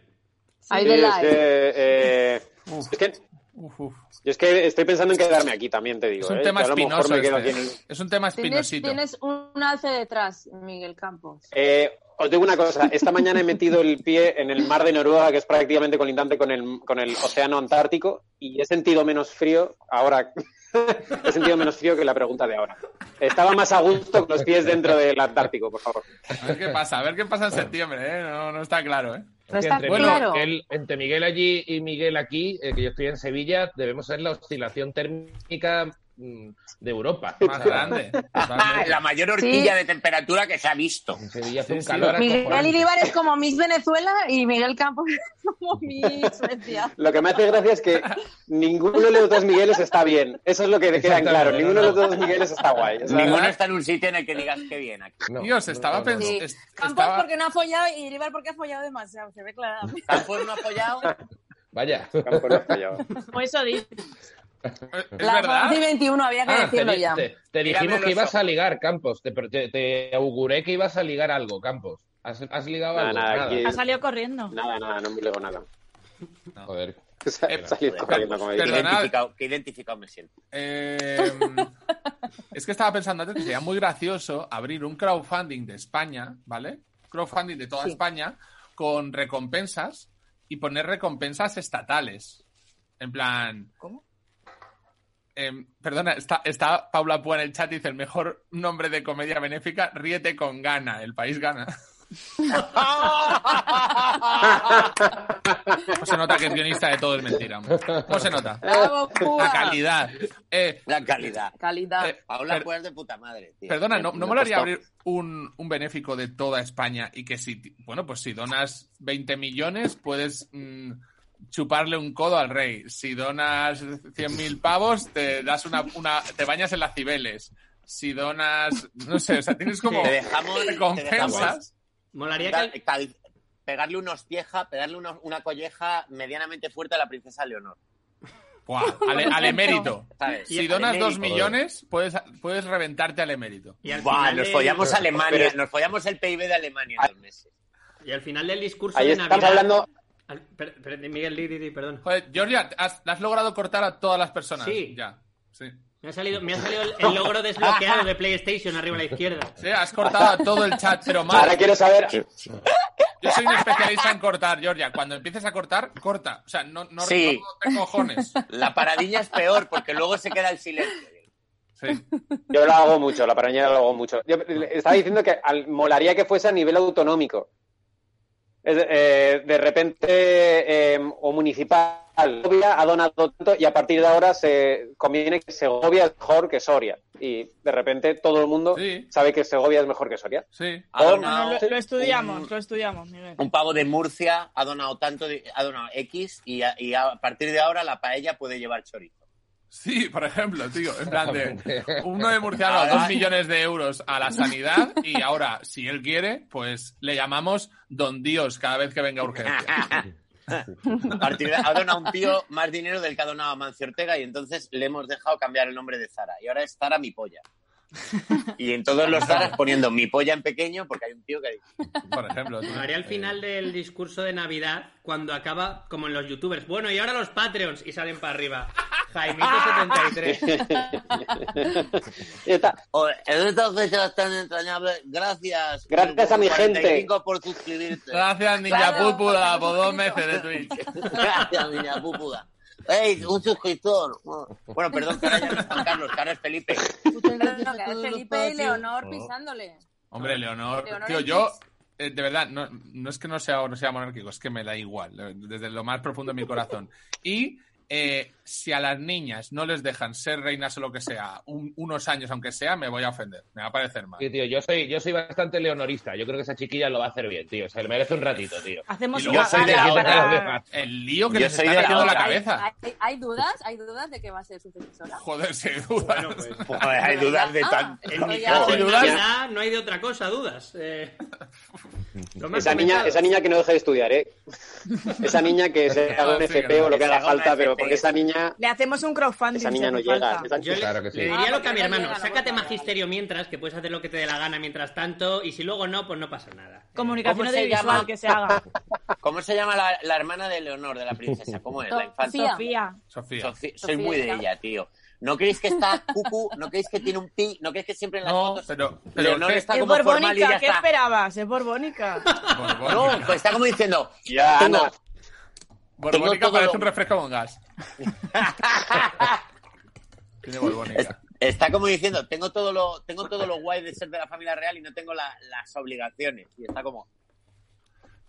G: Hay
C: Sí,
G: de
C: es
G: la E.
C: que, eh, es que-
A: Uf, uf.
C: yo es que estoy pensando en quedarme aquí también, te digo.
A: Es un
C: ¿eh?
A: tema
C: Yo a lo mejor
A: espinoso.
C: me quedo
A: este.
C: aquí en-
A: Es un tema
G: Tienes,
A: espinosito.
G: tienes un alce detrás, Miguel Campos.
C: Eh, os digo una cosa, esta mañana he metido el pie en el mar de Noruega, que es prácticamente colindante con el, con el océano Antártico, y he sentido menos frío ahora. he sentido menos frío que la pregunta de ahora. Estaba más a gusto con los pies dentro del Antártico, por favor.
A: A ver qué pasa, a ver qué pasa en septiembre, ¿eh? No, no está claro, ¿eh?
G: No
F: Es que
G: está
F: entre,
G: claro.
F: él- entre Miguel allí y Miguel aquí, eh, que yo estoy en Sevilla, debemos ser la oscilación térmica mm, de Europa.
A: Más grande.
E: Ah,
A: totalmente.
E: la mayor horquilla
G: Sí.
E: de temperatura que se ha visto.
F: En Sevilla hace
A: Sí,
F: un
A: sí.
F: calor
G: Miguel
F: acojonante.
G: Iribar es como Miss Venezuela y Miguel Campos es como Miss Suecia.
C: Lo que me hace gracia es que ninguno de los dos Migueles está bien. Eso es lo que te queda en claro.
F: Exactamente,
C: Ninguno
F: no,
C: de
F: no.
C: los dos Migueles está guay. O sea,
E: Ninguno está en un sitio en el que digas que bien aquí.
F: No,
A: Dios,
F: no,
A: estaba
F: no, no.
A: pensando.
G: Sí. Campos porque no ha follado y Iribar porque ha follado demasiado, se ve claramente.
E: Tampoco no ha apoyado.
F: Vaya.
C: tampoco lo he fallado.
D: O eso dice.
A: ¿Es
G: La
A: verdad?
G: 11 y 21, había que
F: Ah, te,
G: decirlo
F: di-
G: ya.
F: te-
E: Mírame
F: te dijimos
E: los
F: que ibas a
E: ojos.
F: ligar, Campos. Te, pero te- te auguré que ibas a ligar algo, Campos. ¿Has, has ligado
C: Nada,
F: algo?
C: nada,
F: Nada.
C: aquí-
D: Ha salido corriendo.
C: Nada, nada, no me leo nada.
F: Joder.
C: O sea,
B: Eh,
C: he salido corriendo, como
E: Qué
C: digo.
A: Perdonad.
E: identificado, qué identificado me siento.
A: Eh, es que estaba pensando antes que sería muy gracioso abrir un crowdfunding de España, ¿vale? Crowdfunding de toda España con recompensas y poner recompensas estatales. En plan.
D: ¿Cómo?
A: em, perdona, está, está Paula Púa en el chat y dice el mejor nombre de comedia benéfica, ríete con gana, el país gana. ¿Cómo se nota que es guionista de todo es mentira? hombre? ¿Cómo se nota?
G: Bravo,
A: La
G: Cuba.
A: calidad. Eh,
E: La calidad.
G: Calidad.
A: eh,
E: Paula
A: per-
E: Puer de puta madre. tío.
A: Perdona,
E: Me-
A: ¿no,
E: me
A: no molaría
E: costó.
A: abrir un, un benéfico de toda España y que si, ti- bueno, pues si donas 20 millones puedes mm, chuparle un codo al rey. Si donas 100.000 pavos te das una, una, te bañas en las cibeles. Si donas, no sé, o sea, tienes como
E: Te dejamos. te dejamos
A: recompensas.
B: Molaría
E: da-
B: que.
E: cal- pegarle unos vieja, pegarle unos- una colleja medianamente fuerte a la princesa Leonor.
A: Buah, al, al emérito.
E: ¿sabes?
A: Si donas 2
E: dos
A: millones puedes, puedes reventarte al emérito.
B: Y al,
E: Buah,
B: final
E: nos
B: del-
E: follamos a Alemania, nos follamos el PIB de Alemania en dos meses.
B: y al final del discurso
C: Ahí
B: de
C: estás
B: Navidad.
C: hablando,
B: Al- per- per- Miguel, di, di, di, perdón.
A: Joder, Georgia, has, has logrado cortar a todas las personas.
B: Sí.
A: Ya. Sí.
B: Me ha salido, me ha salido el, el logro desbloqueado de PlayStation arriba a la izquierda.
A: Sí, has cortado a todo el chat, pero mal.
C: Ahora quiero saber.
A: Yo soy un especialista en cortar, Georgia. Cuando empieces a cortar, corta. O sea, no, no,
E: Sí.
A: no te cojones.
E: La paradilla es peor porque luego se queda el silencio.
A: Sí.
C: Yo lo hago mucho, la parañera lo hago mucho. Yo le- estaba diciendo que al- molaría que fuese a nivel autonómico. Es de- eh, de repente, eh, o municipal, Segovia ha donado tanto y a partir de ahora se conviene que Segovia es mejor que Soria. Y de repente todo el mundo
A: Sí.
C: sabe que Segovia es mejor que Soria.
A: Sí.
E: Ha
C: Oh,
D: No, no,
E: donado
D: lo, lo estudiamos,
E: un-
D: lo estudiamos, Miguel.
E: Un pavo de Murcia ha donado tanto, de- ha donado X y a, y a partir de ahora la paella puede llevar chorizo.
A: Sí, por ejemplo, tío. En plan de uno de murciano, dos millones de euros a la sanidad y ahora, si él quiere, pues le llamamos Don Dios cada vez que venga urgencia.
E: A partir de, ha donado un tío más dinero del que ha donado a Mancio Ortega y entonces le hemos dejado cambiar el nombre de Zara. Y ahora es Zara mi polla. Y en todos los Zaras poniendo mi polla en pequeño porque hay un tío que dice,
A: Por ejemplo, tío.
B: Molaría al final del discurso de Navidad cuando acaba como en los youtubers. Bueno, y ahora los Patreons y salen para arriba. Jaimito73.
C: Y está,
E: "Oh, en estas fechas tan entrañables, gracias.
C: Gracias a mi gente.
E: 45 por suscribirte.
A: Gracias, niña
G: Claro,
A: púpula,
G: claro,
A: por dos
G: claro.
A: meses de Twitch.
E: Gracias, niña púpula. ¡Ey, un suscriptor! Bueno, perdón, que ahora ya no es Juan Carlos, que ahora es Felipe. Pues,
G: No, no, Felipe y Leonor pisándole.
A: Hombre, Leonor,
G: Leonor
A: tío,
G: en
A: yo,
G: Twitch.
A: eh, de verdad, no, no es que no sea, no sea monárquico, es que me da igual, eh, desde lo más profundo de mi corazón. Y eh, si a las niñas no les dejan ser reinas o lo que sea, un- unos años aunque sea, me voy a ofender, me va a parecer mal.
F: Sí, tío, yo soy, yo soy bastante leonorista. Yo creo que esa chiquilla lo va a hacer bien, tío. Se le merece un ratito, tío.
D: Hacemos
A: Yo
D: una
A: soy de
D: gala
A: la
D: para-
F: otra, los demás.
A: El lío que
E: Yo
A: les
E: soy
A: está
E: de la
A: haciendo la
E: otra.
A: cabeza.
G: ¿Hay, hay dudas? ¿Hay dudas de que va a ser su sucesora?
A: Joder, se duda.
B: Bueno, pues.
E: Joder, hay dudas de
G: Ah,
E: tan.
G: esto
E: en mi
G: ya-
E: favor.
B: En
C: ¿eh?
A: dudas.
B: Navidad no hay de otra cosa, dudas. Eh, lo más
C: Esa niña,
B: comentado.
C: esa niña que no deja de estudiar, ¿eh? Esa niña que se haga un
A: sí,
C: FP o lo que haga falta, pero porque esa niña,
D: Le hacemos un crowdfunding.
C: esa
D: si
C: niña
D: hace
C: no llega.
D: falta.
C: Esa-
B: Yo le,
F: Claro que sí.
B: le diría
G: Ah,
B: lo que a mi
G: porque no
B: hermano,
G: llega, no
B: sácate
G: puedo
B: magisterio mientras, que puedes hacer lo que te dé la gana mientras tanto, y si luego no, pues no pasa nada.
D: Comunicación
E: ¿Cómo se llama?
D: audiovisual que se haga.
E: ¿Cómo se llama la, la hermana de Leonor, de la princesa? ¿Cómo es? La infanta.
G: Sofía.
D: Sofía.
A: Sofía.
E: Sofi- soy
G: Sofía,
E: muy de
G: claro.
E: ella, tío. ¿No creéis que está cucu? ¿No creéis que tiene un pi? ¿No creéis que siempre en las
A: No,
E: fotos
A: pero, pero
E: Leonor
A: ¿qué?
E: está
D: Es
E: como formal y ya
D: borbónica. ¿Qué
E: está?
D: esperabas? Es borbónica.
A: Borbónica.
E: No, pues está como diciendo,
C: Ya,
E: tengo-
C: Ana.
A: Borbónica
E: todo
A: parece
E: lo-
A: un refresco con gas. Tiene
E: es-
A: borbónica.
E: está como diciendo, tengo todo lo, tengo todo lo guay de ser de la familia real y no tengo la- las obligaciones. Y está como,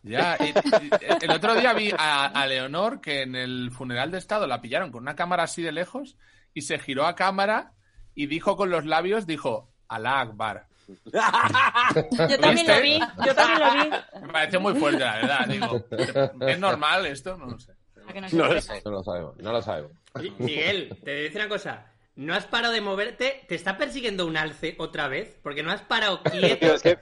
A: Ya, y- y- el otro día vi a, a Leonor que en el funeral de Estado la pillaron con una cámara así de lejos y se giró a cámara y dijo con los labios, dijo, Alá Akbar.
D: Yo también lo vi. Yo también lo vi.
A: Me pareció muy fuerte, la verdad. Digo, ¿es normal esto? No lo sé.
D: Para que nos
E: no lo
D: entere.
E: sé.
F: No lo sabemos, no lo sabemos.
B: Mi- Miguel, te voy a decir una cosa. No has parado de moverte, te está persiguiendo un alce otra vez, porque no has parado
C: Tío,
B: quieto
C: es que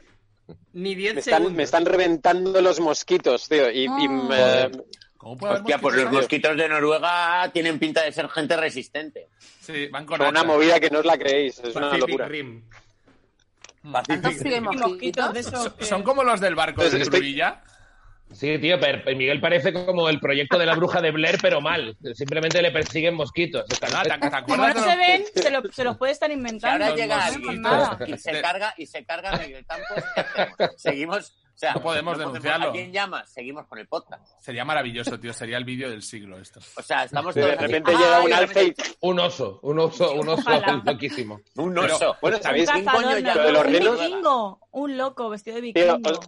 B: ni 10
C: me están,
B: segundos.
C: me están reventando los mosquitos, tío. Y, y me-
A: ¿Cómo puede haber
E: Hostia, pues los
A: mosquitos?
E: mosquitos de Noruega tienen pinta de ser gente resistente.
A: Sí, van con
C: con una
A: hachas.
C: movida que no os la creéis. Es una
B: Pacific
C: locura.
B: Rim.
G: ¿Tanto frío y
D: Y
G: mosquitos?
D: mosquitos de esos. que-
A: Mm. Son como los del barco de
C: Entonces, Pues estoy-
A: Cruilla.
F: Sí, tío, pero Miguel parece como el proyecto de la bruja de Blair, pero mal. Simplemente le persiguen mosquitos. Están-
A: Ah, ¿Te, te
D: Como
A: acuerdas
D: no
A: de los-
D: se ven, se, lo- se los puede estar
E: Si
D: inventando.
E: ahora
A: Los
E: llega
D: No
A: mosquitos.
D: hacemos
E: alguien
D: nada.
A: Sí.
E: y se carga y se carga a Miguel Campos, ¿qué hacemos? Seguimos, o sea,
A: No podemos denunciarlo.
E: ¿A quién llama? Seguimos con el podcast.
A: Sería maravilloso, tío. Sería el vídeo del siglo esto.
E: O sea, estamos
F: De
E: todos Ah,
C: De
E: así.
C: repente
E: ¡Ay,
C: llega un
E: de
C: alce y
E: repente-
F: Un oso, un oso, un oso
D: Ojalá.
F: loquísimo.
E: un
A: Pero-
E: oso.
C: bueno,
D: Un
C: ¿sabéis?
E: ¿quién coño
D: cazador,
E: llama?
D: no,
C: de los
D: un
C: renos?
D: vikingo, un loco vestido de vikingo.
C: Tío,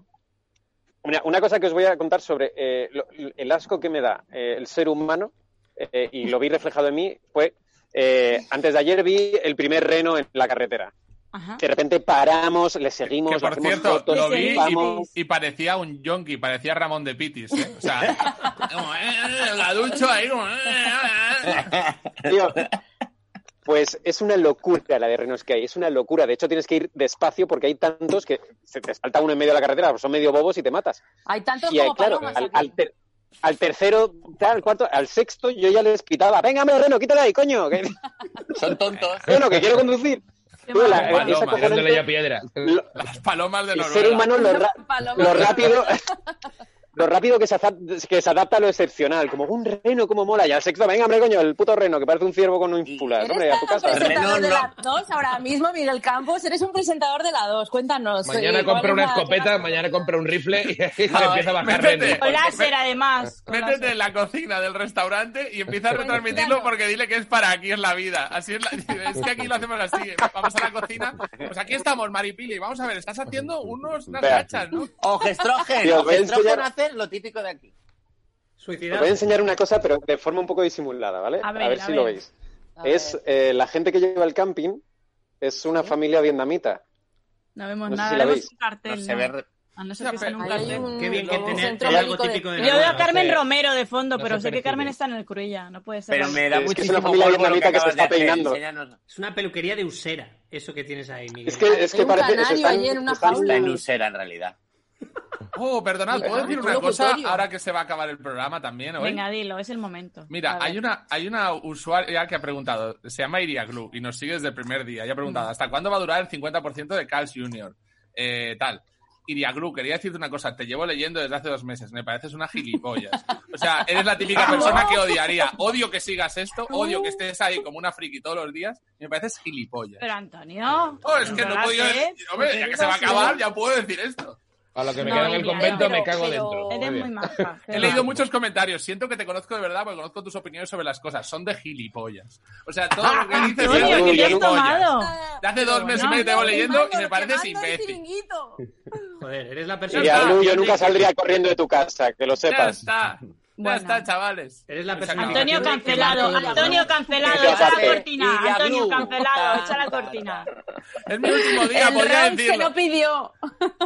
C: Una, una cosa que os voy a contar sobre eh, lo- el asco que me da eh, el ser humano, eh, y lo vi reflejado en mí, fue eh, antes de ayer vi el primer reno en la carretera.
D: Ajá.
C: De repente paramos, le
A: Que
C: seguimos, le
A: por
C: hacemos
A: cierto,
C: fotos,
A: lo
D: le
A: vi
C: flipamos.
A: y, y parecía un yonki, parecía Ramón de Pitis. ¿eh? O sea, como, eh, eh, gaducho ahí, como, eh, eh, eh.
C: Tío, pues es una locura la de renos que hay, es una locura. De hecho, tienes que ir despacio porque hay tantos que se te salta uno en medio de la carretera, son medio bobos y te matas.
G: Hay tantos
C: Y ahí,
G: como
C: claro,
G: palomas
C: al,
G: aquí.
C: al ter- al tercero, al cuarto, al sexto, yo ya les pitaba, venga, hombre, reno, quítale ahí, coño, que,
E: Son tontos.
C: reno, que quiero conducir. Tío, la-
A: Como
C: esa
A: paloma,
C: componente-
F: Tirándole ya piedra.
C: lo-
A: Las palomas de
C: el
A: Noruega.
C: ser humano lo, ra-
G: Palomas.
C: lo rápido lo rápido que se, adap- que se adapta a lo excepcional como un reno como mola y al sexto venga hombre coño el puto reno que parece un ciervo con un pula hombre
G: Eres
C: a tu
G: tan
C: casa ¿eh?
G: presentador
E: Reno,
G: de
E: no.
G: la 2 ahora mismo, Miguel Campos. Eres un presentador de la 2. Cuéntanos.
F: Mañana
G: eh,
F: compra
G: ¿cuál
F: una
G: es la-
F: escopeta, mañana compra un rifle y se
E: No,
F: empieza a bajar
A: métete.
F: renos.
D: Con láser, además. con
A: Métete
D: láser.
A: en la cocina del restaurante y empieza a retransmitirlo porque dile que es para aquí es la vida. Así es, la- es que aquí lo hacemos así. Vamos a la cocina. Pues aquí estamos, Maripili. Vamos a ver, estás haciendo unos, unas
C: Vea.
A: gachas, ¿no?
E: Ogestrogen.
C: Tío, voy a enseñar-
E: Ogestrogen hace lo típico de aquí.
C: os
B: Suicidar.
C: voy a enseñar una cosa pero de forma un poco disimulada vale
D: A ver, a
C: si
D: ver.
C: lo veis
G: A ver.
C: es eh, la gente que lleva el camping es una familia vietnamita
D: No vemos
C: No sé
D: nada,
C: si la
D: vemos
C: veis.
D: un
E: No
D: cartel.
E: se
D: Pues ¿no?
E: ve.
D: A no ser que
A: Ya,
D: sea un
G: Ahí
A: pero-
G: hay
D: cartel.
G: un-
B: Qué bien que
G: luego un
B: tener
G: centro
B: hay algo
G: médico de-
B: típico de
D: Yo
B: Navarra.
D: veo a Carmen
F: sé.
D: Romero de fondo,
F: No
D: pero
F: se
D: sé que
F: percibe.
D: Carmen está en el Cruella. No puede ser.
E: Pero
D: la-
E: me
C: Es
E: da
C: que es
E: muchísimo
C: una familia
E: polvo lo
C: vietnamita
E: que
C: que se
E: acabas de
C: está
E: hacer.
C: peinando.
E: Enséñanos.
B: Es una peluquería de usera, eso que tienes ahí, Miguel.
C: es que es
G: Hay
C: que
G: un
C: parece
G: canario
C: se están-
G: ahí en una
C: están-
G: jaula.
E: Está en usera, en realidad.
A: Oh, perdonad, ¿puedo
G: Perdón,
A: decir
G: un
A: una cosa
G: locutorio.
A: ahora que se va a acabar el programa también hoy?
D: Venga, dilo, es el momento.
A: Mira,
G: A
A: hay
G: ver.
A: una, hay una usuaria que ha preguntado, se llama Iria Glue y nos sigue desde el primer día, y ha
G: Mm.
A: preguntado, ¿hasta cuándo va a durar el 50% de Carl Jr.? Eh, tal. Iria Glue, quería decirte una cosa, te llevo leyendo desde hace dos meses, me pareces una gilipollas. O sea, eres la típica persona que odiaría. Odio que sigas esto, odio que estés ahí como una friki todos los días, y me pareces gilipollas.
D: Pero Antonio.
A: Oh, es que no he podido
D: controlate,
A: decir- hombre, ya que se va a
D: controlate.
A: acabar, ya puedo decir esto.
F: A lo que me
D: No,
F: quedo en el
D: Emilia,
F: convento
D: pero-
F: me
D: pero
F: cago dentro.
D: Eres
F: bien.
D: muy maja.
A: He leído muchos comentarios. Siento que te conozco de verdad porque conozco tus opiniones sobre las cosas. Son de gilipollas. O sea, todo lo
D: Ah,
A: que dices es de
D: Antonio, ¿qué te has
A: gilipollas.
D: tomado?
A: De hace dos meses y medio te llevo leyendo y me pareces imbécil.
B: Joder, eres la persona.
C: Y Alu, yo
B: Fíjate
C: nunca
B: que-
C: saldría corriendo de tu casa, que lo
A: Ya
C: sepas.
A: está. Ya
D: Bueno.
A: está, chavales.
B: Eres la persona-
D: Pues Antonio cancelado, Antonio cancelado,
C: Ya
D: echa la
C: sé.
E: Y ya
D: cortina, Antonio
E: Blue.
D: cancelado, echa la cortina.
A: Es mi último día,
G: El
A: podría
G: round se
A: decirlo.
G: lo pidió.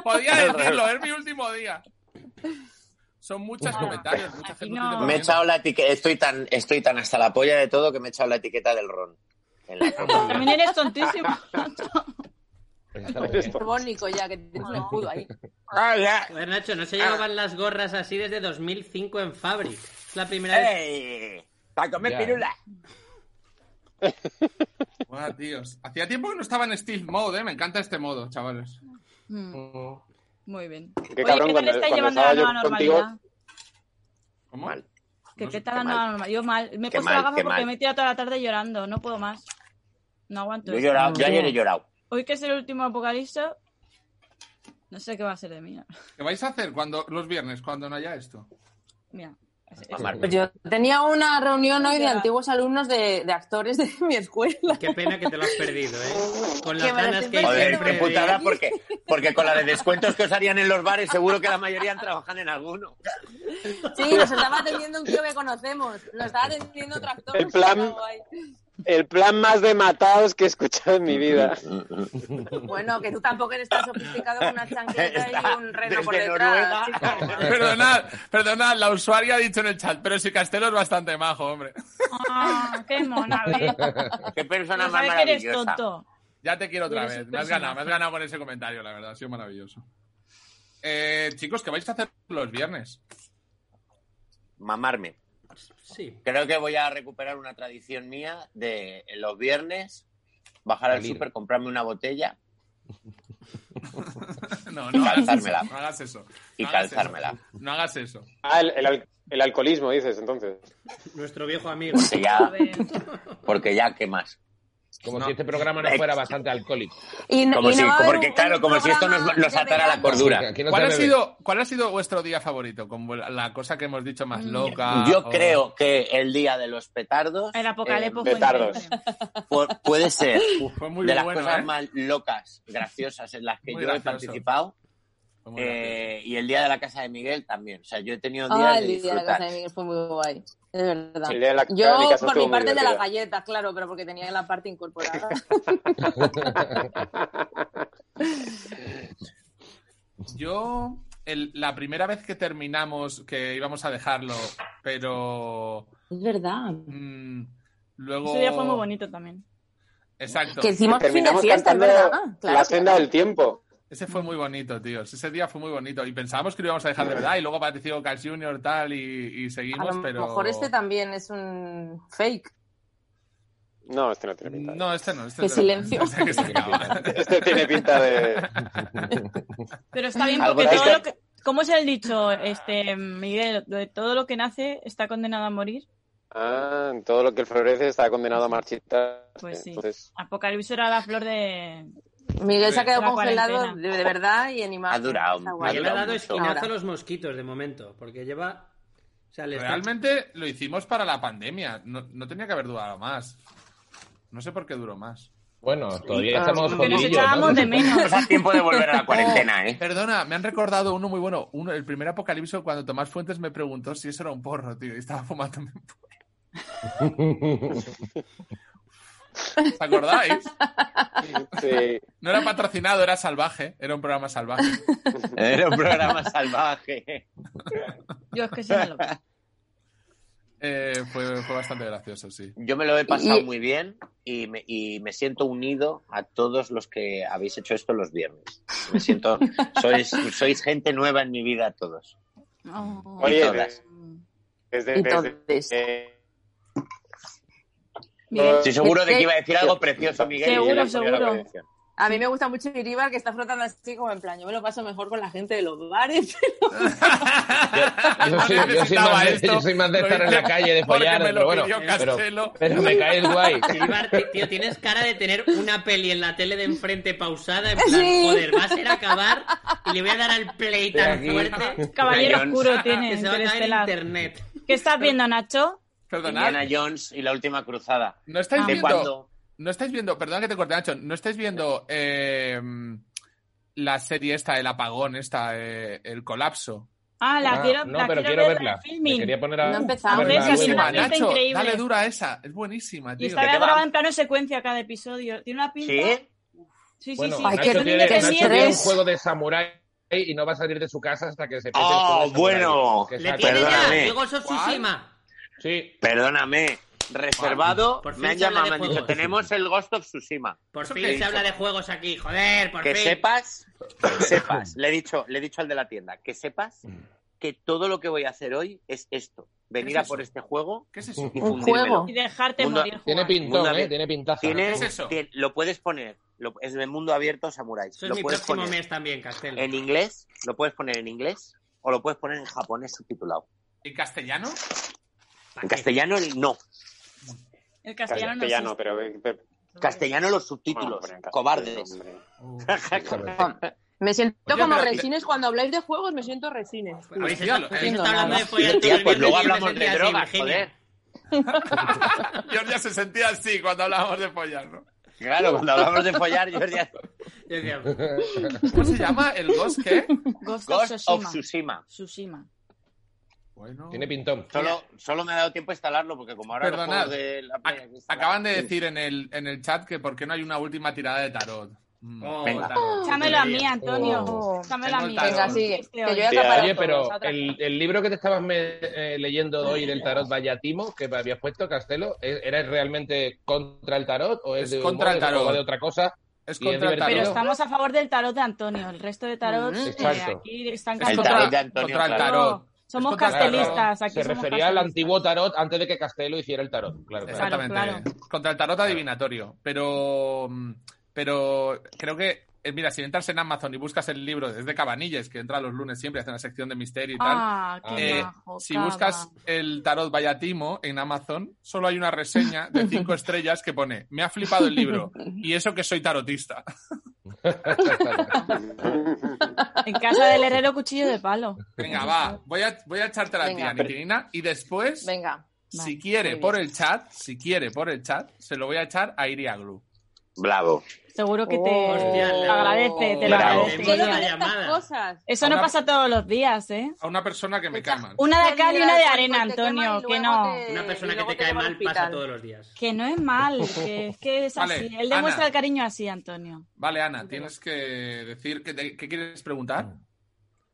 A: Podía decirlo, es mi último día. Son muchos comentarios, mucha
D: Aquí
A: gente.
D: no.
E: Me he echado la etiqueta, estoy tan, estoy tan hasta la polla de todo que me he echado la etiqueta del ron. En la cara.
D: También eres tontísimo.
F: Pues está muy bien.
G: Bónico ya, que tienes un escudo ahí.
B: Joder, Nacho, no se
D: Ah.
B: llevaban las gorras así desde 2005 en Fabric. Es la primera
D: Eh.
B: vez.
E: ¡Ey! ¡Para comer
F: Ya.
E: pirula!
A: Buah, tíos. Hacía tiempo que no estaba en Steel Mode, ¿eh? Me encanta este modo, chavales.
D: Mm, Muy bien.
C: Qué cabrón,
D: Oye, ¿qué tal
C: cuando-
D: estáis
C: cuando
D: llevando la
C: estaba
D: nueva
C: yo contigo-
D: normalidad?
A: ¿Cómo?
E: Mal.
D: ¿Qué,
A: No
D: ¿Qué
A: sé,
D: tal la
E: qué
D: nueva
E: mal.
D: normalidad? Yo mal, me he
E: Qué
D: puesto
E: mal,
D: la gafa
E: qué
D: porque
E: mal.
D: me he tirado toda la tarde llorando, no puedo más. No aguanto.
E: Yo he
D: esto.
E: llorado, yo ayer he llorado.
D: Hoy que es el último apocalipsis, no sé qué va a ser de mí.
A: ¿Qué vais a hacer cuando los viernes, cuando no haya esto?
D: Mira, es- es-
E: Mamar.
H: Pues Yo tenía una reunión hoy de
D: Ya.
H: antiguos alumnos de, de actores de mi escuela.
B: Qué pena que te lo has perdido, ¿eh? Con las
H: Que me lo
B: ganas
H: estoy
B: que hay
E: Joder,
B: siempre
E: qué
B: de-
E: putada, porque, porque con la de descuentos que os harían en los bares, seguro que la mayoría trabajan en alguno.
H: Sí, nos estaba atendiendo un tío que conocemos. Nos estaba atendiendo otro actor.
C: El plan-
H: Estaba guay.
C: El plan más de matados que he escuchado en mi vida.
H: Bueno, que tú tampoco eres tan sofisticado con una chancleta y
E: Está
H: un reno por
E: desde
H: detrás.
E: Noruega.
H: chico.
A: Perdonad, perdonad, la usuaria ha dicho en el chat, pero si Castelo es bastante majo, hombre.
D: Ah, qué mona, ¿ves?
E: Qué persona
D: No
E: más
D: sabes que eres
E: maravillosa.
D: tonto.
A: Ya te quiero otra
D: Eres
A: vez.
D: un
A: Me has ganado,
D: personaje.
A: me has ganado con ese comentario, la verdad. Ha sido maravilloso. Eh, chicos, ¿qué vais a hacer los viernes?
E: Mamarme.
B: Sí.
E: Creo que voy a recuperar una tradición mía de los viernes bajar al
F: Salir.
E: súper, comprarme una botella
A: No,
E: Y
A: no hagas
E: calzármela.
A: eso. No hagas eso.
E: y
A: No hagas eso.
E: calzármela.
A: No hagas eso.
C: Ah, el, el al- el alcoholismo, dices, entonces.
B: Nuestro viejo amigo.
E: Porque
D: A
E: ya,
D: ver,
E: porque ya, ¿qué más?
F: Como
A: No.
F: si este programa no fuera bastante alcohólico.
H: Y, no-
E: Como
H: y no
E: si,
H: va a haber
E: porque
H: un-
E: claro,
H: un
E: como si esto nos,
H: programa
E: nos
H: de
E: atara la
H: verano.
E: cordura.
F: Aquí no
A: ¿Cuál ha,
F: se bebe.
A: sido, ¿Cuál ha sido vuestro día favorito? Como la- la cosa que hemos dicho más loca.
E: Yo
A: o-
E: creo que el día de los petardos
D: El apocalipsis
E: eh,
D: fue
C: petardos.
D: increíble.
E: pu- puede ser
A: Uf, fue muy
E: de las
A: bueno,
E: cosas
A: ¿eh?
E: más locas, graciosas en las que
A: Muy
E: yo
A: gracioso.
E: he participado.
A: Fue muy gracioso.
E: eh, y el día de la casa de Miguel también. O sea, yo he tenido días
H: Ah,
E: de
H: el día de la
E: disfrutar.
H: casa de Miguel fue muy guay. Es verdad.
C: El día de la casa de mi
H: Yo,
C: casa
H: por
C: estuvo
H: mi
C: muy
H: parte, el de las
C: divertida.
H: galletas, claro, pero porque tenía la parte incorporada.
A: Yo, el- la primera vez que terminamos, que íbamos a dejarlo, pero
H: Es verdad.
A: mm, luego...
D: Ese día fue muy bonito también.
A: Exacto.
H: Que hicimos fin de
C: Terminamos
H: fiesta, es
C: cantando
H: verdad. Claro.
C: la senda del tiempo.
A: Ese fue muy bonito, tíos. Ese día fue muy bonito. Y pensábamos que lo íbamos a dejar de verdad. Y luego apareció Cas Junior tal y, y
H: A
A: seguimos,
H: lo
A: pero.
H: mejor este también es un fake.
C: No, este no tiene pinta. de-
A: No, este no. Este
H: Qué
A: es de verdad.
H: silencio.
A: Este que se acaba.
C: Este tiene pinta de.
D: Pero está bien
E: Algo
D: porque
E: de
D: todo
E: eso.
D: lo que... ¿Cómo es el dicho, este, Miguel? De todo lo que nace está condenado a morir.
C: Ah, en todo lo que florece está condenado a marchitar.
D: Pues sí.
C: Entonces,
D: Apocalipsis era la flor de...
H: Miguel se ha quedado
D: La
H: congelado de,
D: cuarentena.
H: de verdad y en imagen.
E: Ha durado,
H: Está guay.
E: Vale,
B: Miguel le ha dado
E: mucho.
B: esquinazo a
H: Ahora.
B: los mosquitos de momento, porque lleva. O sea, le está-
A: Realmente lo hicimos para la pandemia. No, no tenía que haber durado más. No sé por qué duró más.
F: Bueno, todavía estamos
D: Que nos
F: jodidillos,
D: echábamos
F: ¿no?
D: de menos.
E: Nos da tiempo de volver a la cuarentena, ¿eh?
A: Perdona, me han recordado uno muy bueno. Uno, el primer apocalipsis cuando Tomás Fuentes me preguntó si eso era un porro, tío. Y estaba fumando. ¿Os acordáis?
C: sí.
A: No era patrocinado, era salvaje. Era un programa salvaje.
E: Era un programa salvaje.
D: Yo es que soy una loca.
A: Eh, fue, fue bastante gracioso, sí.
E: Yo me lo he pasado
H: Y-
E: muy bien y me, y me siento unido a todos los que habéis hecho esto los viernes. Me siento. Sois, sois gente nueva en mi vida, todos.
H: Oh.
E: Y
C: Oye,
E: todas.
C: desde.
H: Y
C: desde,
H: todes.
C: eh,
D: Miguel,
E: Estoy seguro de que iba a decir algo precioso, Miguel. y se me
D: Seguro,
E: ha olvidado la
D: seguro.
E: conexión.
H: A mí me gusta mucho Iribar, que está frotando así como en plan, yo me lo paso mejor con la gente de los bares.
F: Yo soy,
A: Yo
F: yo soy
A: necesitaba
F: más de,
A: esto.
F: yo soy más de
A: Lo
F: estar en
A: hice
F: la calle, de
A: porque
F: follar,
A: me lo
F: pero bueno,
A: pidió
F: pero,
A: Cancelo.
F: pero me cae el guay.
B: Silvar, ti- tío, tienes cara de tener una peli en la tele de enfrente pausada, en plan,
H: Sí.
B: joder, va a ser acabar y le voy a dar al play tan
F: aquí.
B: fuerte
D: Caballero
E: Lion.
D: oscuro tiene
B: que se va a caer
D: Interestelar.
B: internet.
D: ¿Qué estás viendo, Nacho?
A: Perdonad.
E: Indiana Jones y la última cruzada.
A: No estáis
D: Ah.
E: Que
A: viendo.
E: cuando
A: No estáis viendo. Perdón que te corte, Nacho. No estáis viendo eh, la serie esta, el apagón, esta, eh, el colapso.
D: Ah, la
F: Ah,
D: quiero,
F: no,
D: la
F: pero
D: quiero, ver verla.
F: Me
D: Filming.
F: quería poner a,
H: No he
F: a
H: empezado.
A: ¿eh?
F: verla
D: Ah, Hombre, si
F: de
D: es una
F: nuevo.
D: pinta
A: Nacho,
D: increíble.
A: dale dura esa. Es buenísima,
D: Y
A: tío.
D: está
E: ¿De qué va?
D: grabada en plano secuencia cada episodio. Tiene una pinta.
E: ¿Sí?
D: Sí, sí,
F: Bueno,
D: sí.
H: Ay,
F: Nacho,
H: qué
F: tiene,
H: lindo que
F: Nacho
H: sí
F: tiene un
H: eres.
F: juego de samurái y no va a salir de su casa hasta que se pete el
E: Oh,
F: juego de samurái.
E: bueno.
F: Que
B: Le
F: saca-
B: tiene ya,
E: Perdóname.
B: Diego of
A: ¿Cuál?
B: Tsushima.
F: Sí,
E: Perdóname, reservado.
B: Por fin
E: me han
B: se habla
E: llamado,
B: de
E: me han dicho,
B: juegos.
E: tenemos el Ghost of Tsushima.
B: Por
A: ¿Eso
B: fin
A: qué
B: se
A: hizo?
B: habla de juegos aquí, joder, por
E: Que
B: fin.
E: sepas, que sepas, le he dicho, le he dicho al de la tienda, que sepas que todo lo que voy a hacer hoy es esto, venir
A: ¿Qué es
E: a por
A: eso?
E: este juego
A: ¿Qué es eso?
E: y
H: Un
E: fundírmelo.
H: juego.
D: Y dejarte
E: Una-
D: morir.
F: tiene
D: jugando.
F: pintón,
E: Una
F: ¿eh?
E: vez-
F: Tiene pintaza.
E: Tiene-
A: ¿Qué es eso?
E: tiene- lo puedes poner, lo- es de mundo abierto samuráis.
B: Eso es
E: lo
B: mi
E: puedes
B: próximo
E: poner
B: mes también, Castelo.
E: en inglés, lo puedes poner en inglés o lo puedes poner en japonés subtitulado.
A: ¿En castellano?
E: En castellano no,
D: El
C: Castellano,
D: castellano, no
C: castellano pero...
D: existe.
C: eh, pero-
E: castellano los subtítulos,
C: hombre, en castellano,
E: cobardes.
C: hombre.
H: Me siento
A: Oye,
H: como
A: pero-
H: Resines. Cuando habláis de juegos, me siento Resines. tío.
B: Habéis
A: Hostia,
B: estado-
A: lo-
B: habéis
A: eh,
B: estado hablando de follar
E: Tío,
B: todo el
E: pues luego
B: viernes y
E: hablamos
B: el
E: de
B: día
E: drogas,
B: sin Virginia.
E: joder.
A: Georgia se sentía así cuando hablábamos de follar, ¿no?
E: Claro, cuando hablamos de follar, yo decía,
B: Yo decía,
A: ¿Cómo se llama? ¿El Ghost qué?
D: Ghost of
E: Ghost of
D: Tsushima.
E: Tsushima.
D: Tsushima.
A: Bueno.
F: Tiene pintón.
E: Solo, solo me ha dado tiempo a instalarlo porque como ahora los
A: Perdonad.
E: juegos de la
A: Ac-
E: Play hay que instalar-
A: Acaban de decir en el, en el chat que por qué no hay una última tirada de tarot. Mm,
B: Oh,
E: Venga.
A: tarot.
D: Échamelo a mí, Antonio.
F: Oh.
D: Échamelo a mí. este
A: Tengo el
H: Venga,
A: tarot.
H: sigue. Que yo voy a
C: Tía,
H: tapar
F: Oye,
H: a todos,
F: pero
H: otra.
F: el, el libro que te estabas me- eh, leyendo hoy del tarot Vallatimo, que me habías puesto, Castelo, ¿e- ¿era realmente contra el tarot o es,
A: Es
F: de
A: contra el
F: humor,
A: tarot.
F: o va de otra cosa?
A: Es
F: Y es
A: contra el
F: divertido.
D: Pero
A: tarot.
D: estamos a favor del tarot de Antonio. El resto de tarot
H: Mm.
D: eh,
F: Exacto.
D: aquí están
A: Es
E: El
D: cancelados.
E: tarot de Antonio,
A: contra el
E: claro.
A: tarot.
D: Somos
A: Es contra el tarot.
D: castelistas. Aquí
F: Se
D: somos
F: refería al
D: castelistas.
F: antiguo tarot antes de que Castelo hiciera el tarot. Claro, claro.
A: Exactamente.
D: Claro,
A: Contra el tarot adivinatorio. Pero, mm, pero creo que, eh, mira, si entras en Amazon y buscas el libro desde Cabanilles, que entra los lunes siempre, hace una sección de misterio y tal.
D: Ah, qué
A: eh,
D: majo,
A: si
D: Cava.
A: buscas el tarot Vallatimo en Amazon, solo hay una reseña de cinco estrellas que pone, me ha flipado el libro, y eso que soy tarotista.
D: En casa del herrero, cuchillo de palo.
A: Venga, va, voy a, voy a echarte la
H: Venga.
A: tía, Niquilina, y después,
H: Venga.
A: si
D: Vale,
A: quiere,
H: muy
A: por
H: bien.
A: el chat, si quiere, por el chat, se lo voy a echar a Iriaglu.
E: Bravo.
D: Seguro que te
H: Oh.
B: Hostia,
D: te
B: le-
D: agradece, te lo
E: Bravo.
D: agradece.
H: Solo
B: la
H: de estas
B: llamada.
H: cosas.
D: Eso no
A: Ahora-
D: pasa todos los días, ¿eh?
A: A una persona que me
H: Echa-
A: calma.
D: Una de
H: Te
D: acá y
H: libras
D: una de
H: del
D: arena,
H: cuerpo, te quema
D: Antonio,
H: y
D: que
H: luego
D: no.
H: te-
B: Una persona
H: Eh, y
B: que
H: luego
B: te cae
H: lleva al
B: mal pasa
H: hospital.
B: todos los días.
D: Que no es mal, que es que es
A: Vale,
D: así. Él demuestra
A: Ana.
D: el cariño así, Antonio.
A: Vale, Ana, tienes que decir que te- qué quieres preguntar.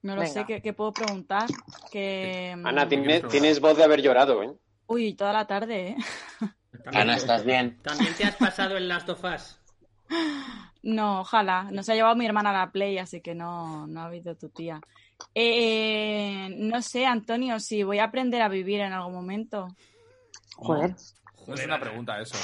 D: No lo
H: Venga.
D: sé, ¿qué, qué puedo preguntar? Que...
C: Ana,
D: mm,
C: tiene- tienes voz de haber llorado, ¿eh?
D: Uy, toda la tarde, ¿eh?
E: Ana, ¿estás bien?
B: También te has pasado el Last of Us.
D: No, ojalá. Nos ha llevado mi hermana a la Play, así que no, no ha habido tu tía. Eh, no sé, Antonio, si voy a aprender a vivir en algún momento.
H: Joder.
A: No es una pregunta eso.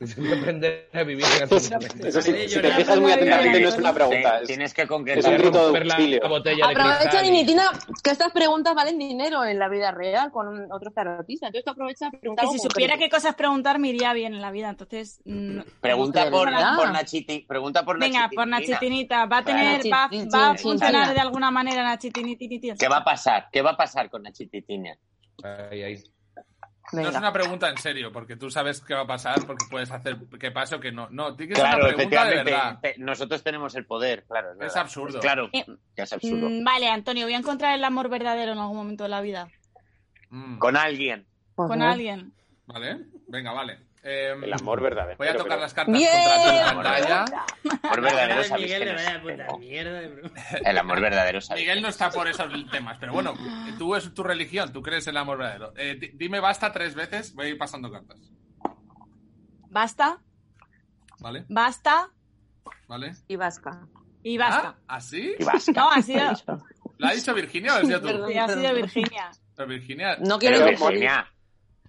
F: Es un aprender a vivir en
C: Eso sí,
B: Vale,
C: si te
B: llorar.
C: fijas muy atentamente no es una pregunta.
E: Sí,
C: es-
E: tienes que
C: Es un
E: concretar.
C: grito de
F: Romper la,
C: auxilio.
F: la botella de
H: Aprovecha,
F: cristal.
H: Dimitina, que estas preguntas valen dinero en la vida real con otros tarotistas. Entonces, tú aprovecha a preguntar.
D: Que si supiera qué cosas preguntar, me iría bien en la vida. Entonces, mm,
E: Pregunta por,
H: Ojalá.
E: por Nachiti. Pregunta por
D: venga,
E: Nachiti,
D: por
E: Nina.
D: Nachitinita. ¿Va a, tener,
H: Nachi-
D: va,
H: Chin,
D: va a
H: chin, chin,
D: funcionar
H: chin.
D: de alguna manera Nachitinitinita?
E: ¿Qué va a pasar? ¿Qué va a pasar con Nachititina?
F: Ahí, ahí.
A: No es
H: Venga.
A: una pregunta en serio, porque tú sabes qué va a pasar, porque puedes hacer que pase o que no. No, tiene que ser
E: Claro,
A: una pregunta de
E: efectivamente.
A: verdad.
E: pe- Nosotros tenemos el poder, claro.
A: Es
E: verdad.
A: absurdo.
E: Claro,
D: Eh,
E: que es absurdo.
D: Mm, Vale, Antonio, voy a encontrar el amor verdadero en algún momento de la vida.
A: Mm,
E: Con alguien.
D: Con
H: Ajá.
D: alguien.
A: vale, venga, vale. Eh,
C: El amor verdadero.
A: Voy a tocar
C: pero-
A: las cartas
H: ¡Bien!
A: contra tu
E: Amor
A: pantalla.
E: Por
B: La cara
E: verdadero
B: de
E: sabéis
B: Miguel
E: que
B: de
E: no
B: verdad,
E: es-
B: puta mierda de broma.
E: El amor verdadero sabéis.
A: Miguel no está por esos temas, pero bueno, tú es tu religión, tú crees en el amor verdadero. Eh, di- dime basta tres veces, voy a ir pasando cartas.
D: Basta,
A: ¿Vale?
D: basta
A: ¿Vale?
H: Y vasca.
D: y basta.
A: ¿Ah? ¿Así?
E: Y vas.
D: No, ha sido,
A: ¿Lo ha dicho Virginia o lo has dicho tú?
H: Perdón.
D: ha sido Virginia.
A: Pero Virginia,
H: No quiero
E: Pero
H: decir.
E: Virginia,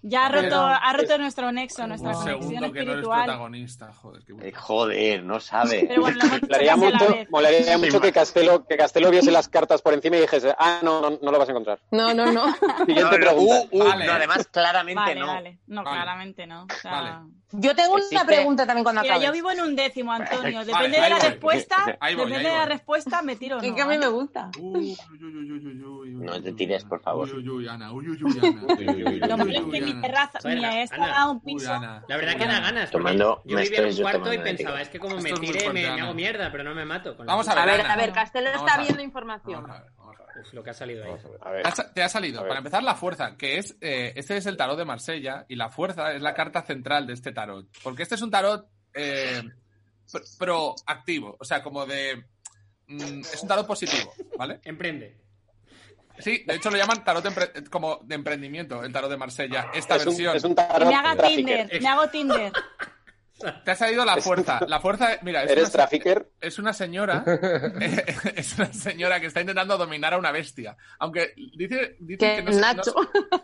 D: Ya ha
A: Pero- eh,
D: roto, ha roto nuestro nexo, nuestra
A: Un
D: conexión
A: segundo que no eres
D: espiritual.
A: protagonista, joder. qué
E: Eh,
A: bueno.
E: joder, no sabe.
D: Pero bueno, lo hemos dicho
C: Molaría
D: casi a la
C: mucho,
D: vez.
C: molaría mucho que Castelo, que Castelo viese las cartas por encima y dijese, ah, no, no, no lo vas a encontrar.
H: No, no, no.
E: No,
C: Siguiente
E: no,
C: pregunta.
E: uh, uh,
A: Vale.
E: no, además, claramente
D: Vale,
E: no.
D: vale. No,
A: Vale.
D: claramente no. O sea,
A: Vale.
H: Yo tengo
E: Existe-
H: una pregunta también cuando
D: Mira, yo
H: acabes.
D: vivo en un décimo, Antonio. Depende
A: ahí
D: de la
A: voy.
D: respuesta,
A: Ahí voy, ahí
D: depende de la
A: voy.
D: respuesta, me tiro o
H: Es
D: no. ¿eh?
H: que a mí me
D: ¿vale?
H: gusta.
A: Uy, uy, uy, uy, uy, uy, uy,
E: No te
A: uy,
E: tires,
A: Ana.
E: por favor.
A: Uy, uy, uy, Ana. Uy, uy, uy, Ana.
F: Uy, uy, uy, uy,
D: Lo
F: uy,
D: malo
F: uy.
D: es que mi
A: Ana.
D: terraza,
B: Soy
D: mi
B: Ana,
D: esta
B: Ana.
D: da un
A: Uy,
D: piso.
A: Ana.
B: La verdad
A: Uy,
B: que da
A: Ana.
B: ganas. porque
E: Tomando-
B: yo
E: me
B: vivía en
E: estoy
B: un
E: yo
B: cuarto y
E: tomando una
B: pensaba, es que como
A: Esto
B: me
A: es muy
B: tire
A: fuerte,
B: me, me
A: Ana.
B: hago mierda, pero no me mato. con la
A: Vamos a
B: luz.
A: ver,
G: A ver,
A: Ana.
G: a ver, Castelo
A: Vamos a
G: está
A: ver.
G: viendo
A: Vamos
G: información.
A: a ver, vamos a ver.
B: Uf, lo que ha salido ahí.
C: A ver,
A: Ha sa- Te ha salido.
C: Eh, A ver.
A: Para empezar, la fuerza, que es. eh, este es el tarot de Marsella y la fuerza es la carta central de este tarot. Porque este es un tarot eh, pr- proactivo, o sea, como de. mm, es un tarot positivo, ¿vale?
B: Emprende.
A: Sí, de hecho lo llaman tarot de empre- como de emprendimiento, el tarot de Marsella, esta
C: es, un,
A: versión.
C: es un
D: Que
C: tarot
D: me haga
C: trafficker.
D: Tinder, me hago Tinder.
A: Te ha salido la fuerza. La fuerza, mira, es
C: ¿Eres
A: una se-
C: trafficker?
A: es una señora es una señora que está intentando dominar a una bestia aunque dice, dice
H: Que
A: que no, se-
H: Nacho.
A: no-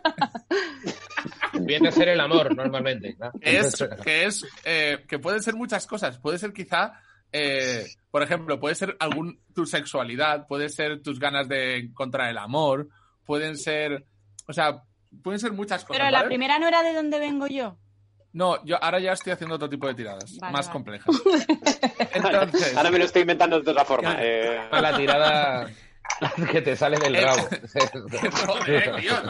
F: Viene a ser el amor, normalmente. ¿no?
A: es que es eh, que pueden ser muchas cosas puede ser quizá eh, por ejemplo puede ser algún tu sexualidad puede ser tus ganas de encontrar el amor pueden ser o sea pueden ser muchas cosas
D: Pero la
A: ¿vale?
D: primera no era de dónde vengo yo.
A: no yo ahora ya estoy haciendo otro tipo de tiradas
D: Vale,
A: más
D: vale.
A: complejas entonces
C: Ahora me lo estoy inventando de otra forma.
B: Claro.
C: eh.
F: A la tirada que te sale del rabo.
A: este Joder, tío.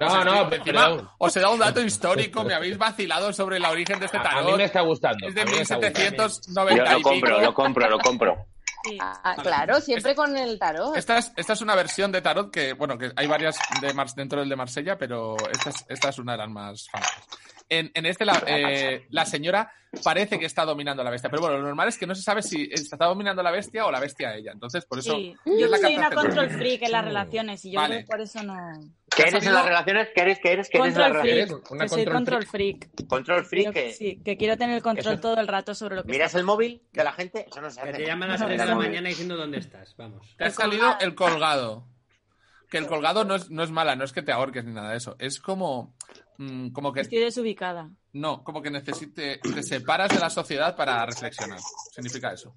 F: No, no,
A: Encima,
F: perdón.
A: Os he dado un dato histórico, me habéis vacilado sobre la origen de este
F: A, a
A: tarot.
F: mí me está gustando.
A: Es de
F: a mí me está gustando.
E: Yo
A: 1790 y
E: lo
A: pico.
E: compro, lo compro, lo compro.
D: Sí.
H: Ah, claro, siempre con el tarot.
A: Esta es, esta es una versión de tarot que, bueno, que hay varias de Mars dentro del de Marsella, pero esta es, esta es una de las más famosas. En, en este, la, eh, la señora parece que está dominando a la bestia, pero bueno, lo normal es que no se sabe si está dominando a la bestia o la bestia a ella. Entonces, por eso.
D: Sí.
A: es
D: Yo
A: la
D: soy
A: carta
D: una
A: central.
D: control freak en las relaciones y yo
A: Vale.
D: creo que por eso no.
E: ¿Qué
A: ¿Has
E: eres en
A: sabido?
E: las relaciones? ¿Qué eres? ¿Qué eres? ¿Qué eres en las
D: Control
E: relaciones?
D: freak.
F: relaciones? Una
D: que soy
F: control
D: control freak.
E: Control freak.
D: Quiero-
E: que-
D: Sí, que quiero tener el control
E: Eso-
D: todo el rato sobre lo que
E: ¿Miras el móvil de la gente? Eso no se
B: Que
E: hace.
B: te llaman a las
E: No se
B: 3 de
E: hace
B: la
E: nada.
B: mañana diciendo dónde estás. Vamos.
A: Te ha salido el colgado. Que el colgado no es, no es mala, no es que te ahorques ni nada de eso. Es como, mm, como que
D: Estoy desubicada.
A: no, como que necesite, te separas de la sociedad para reflexionar. Significa eso.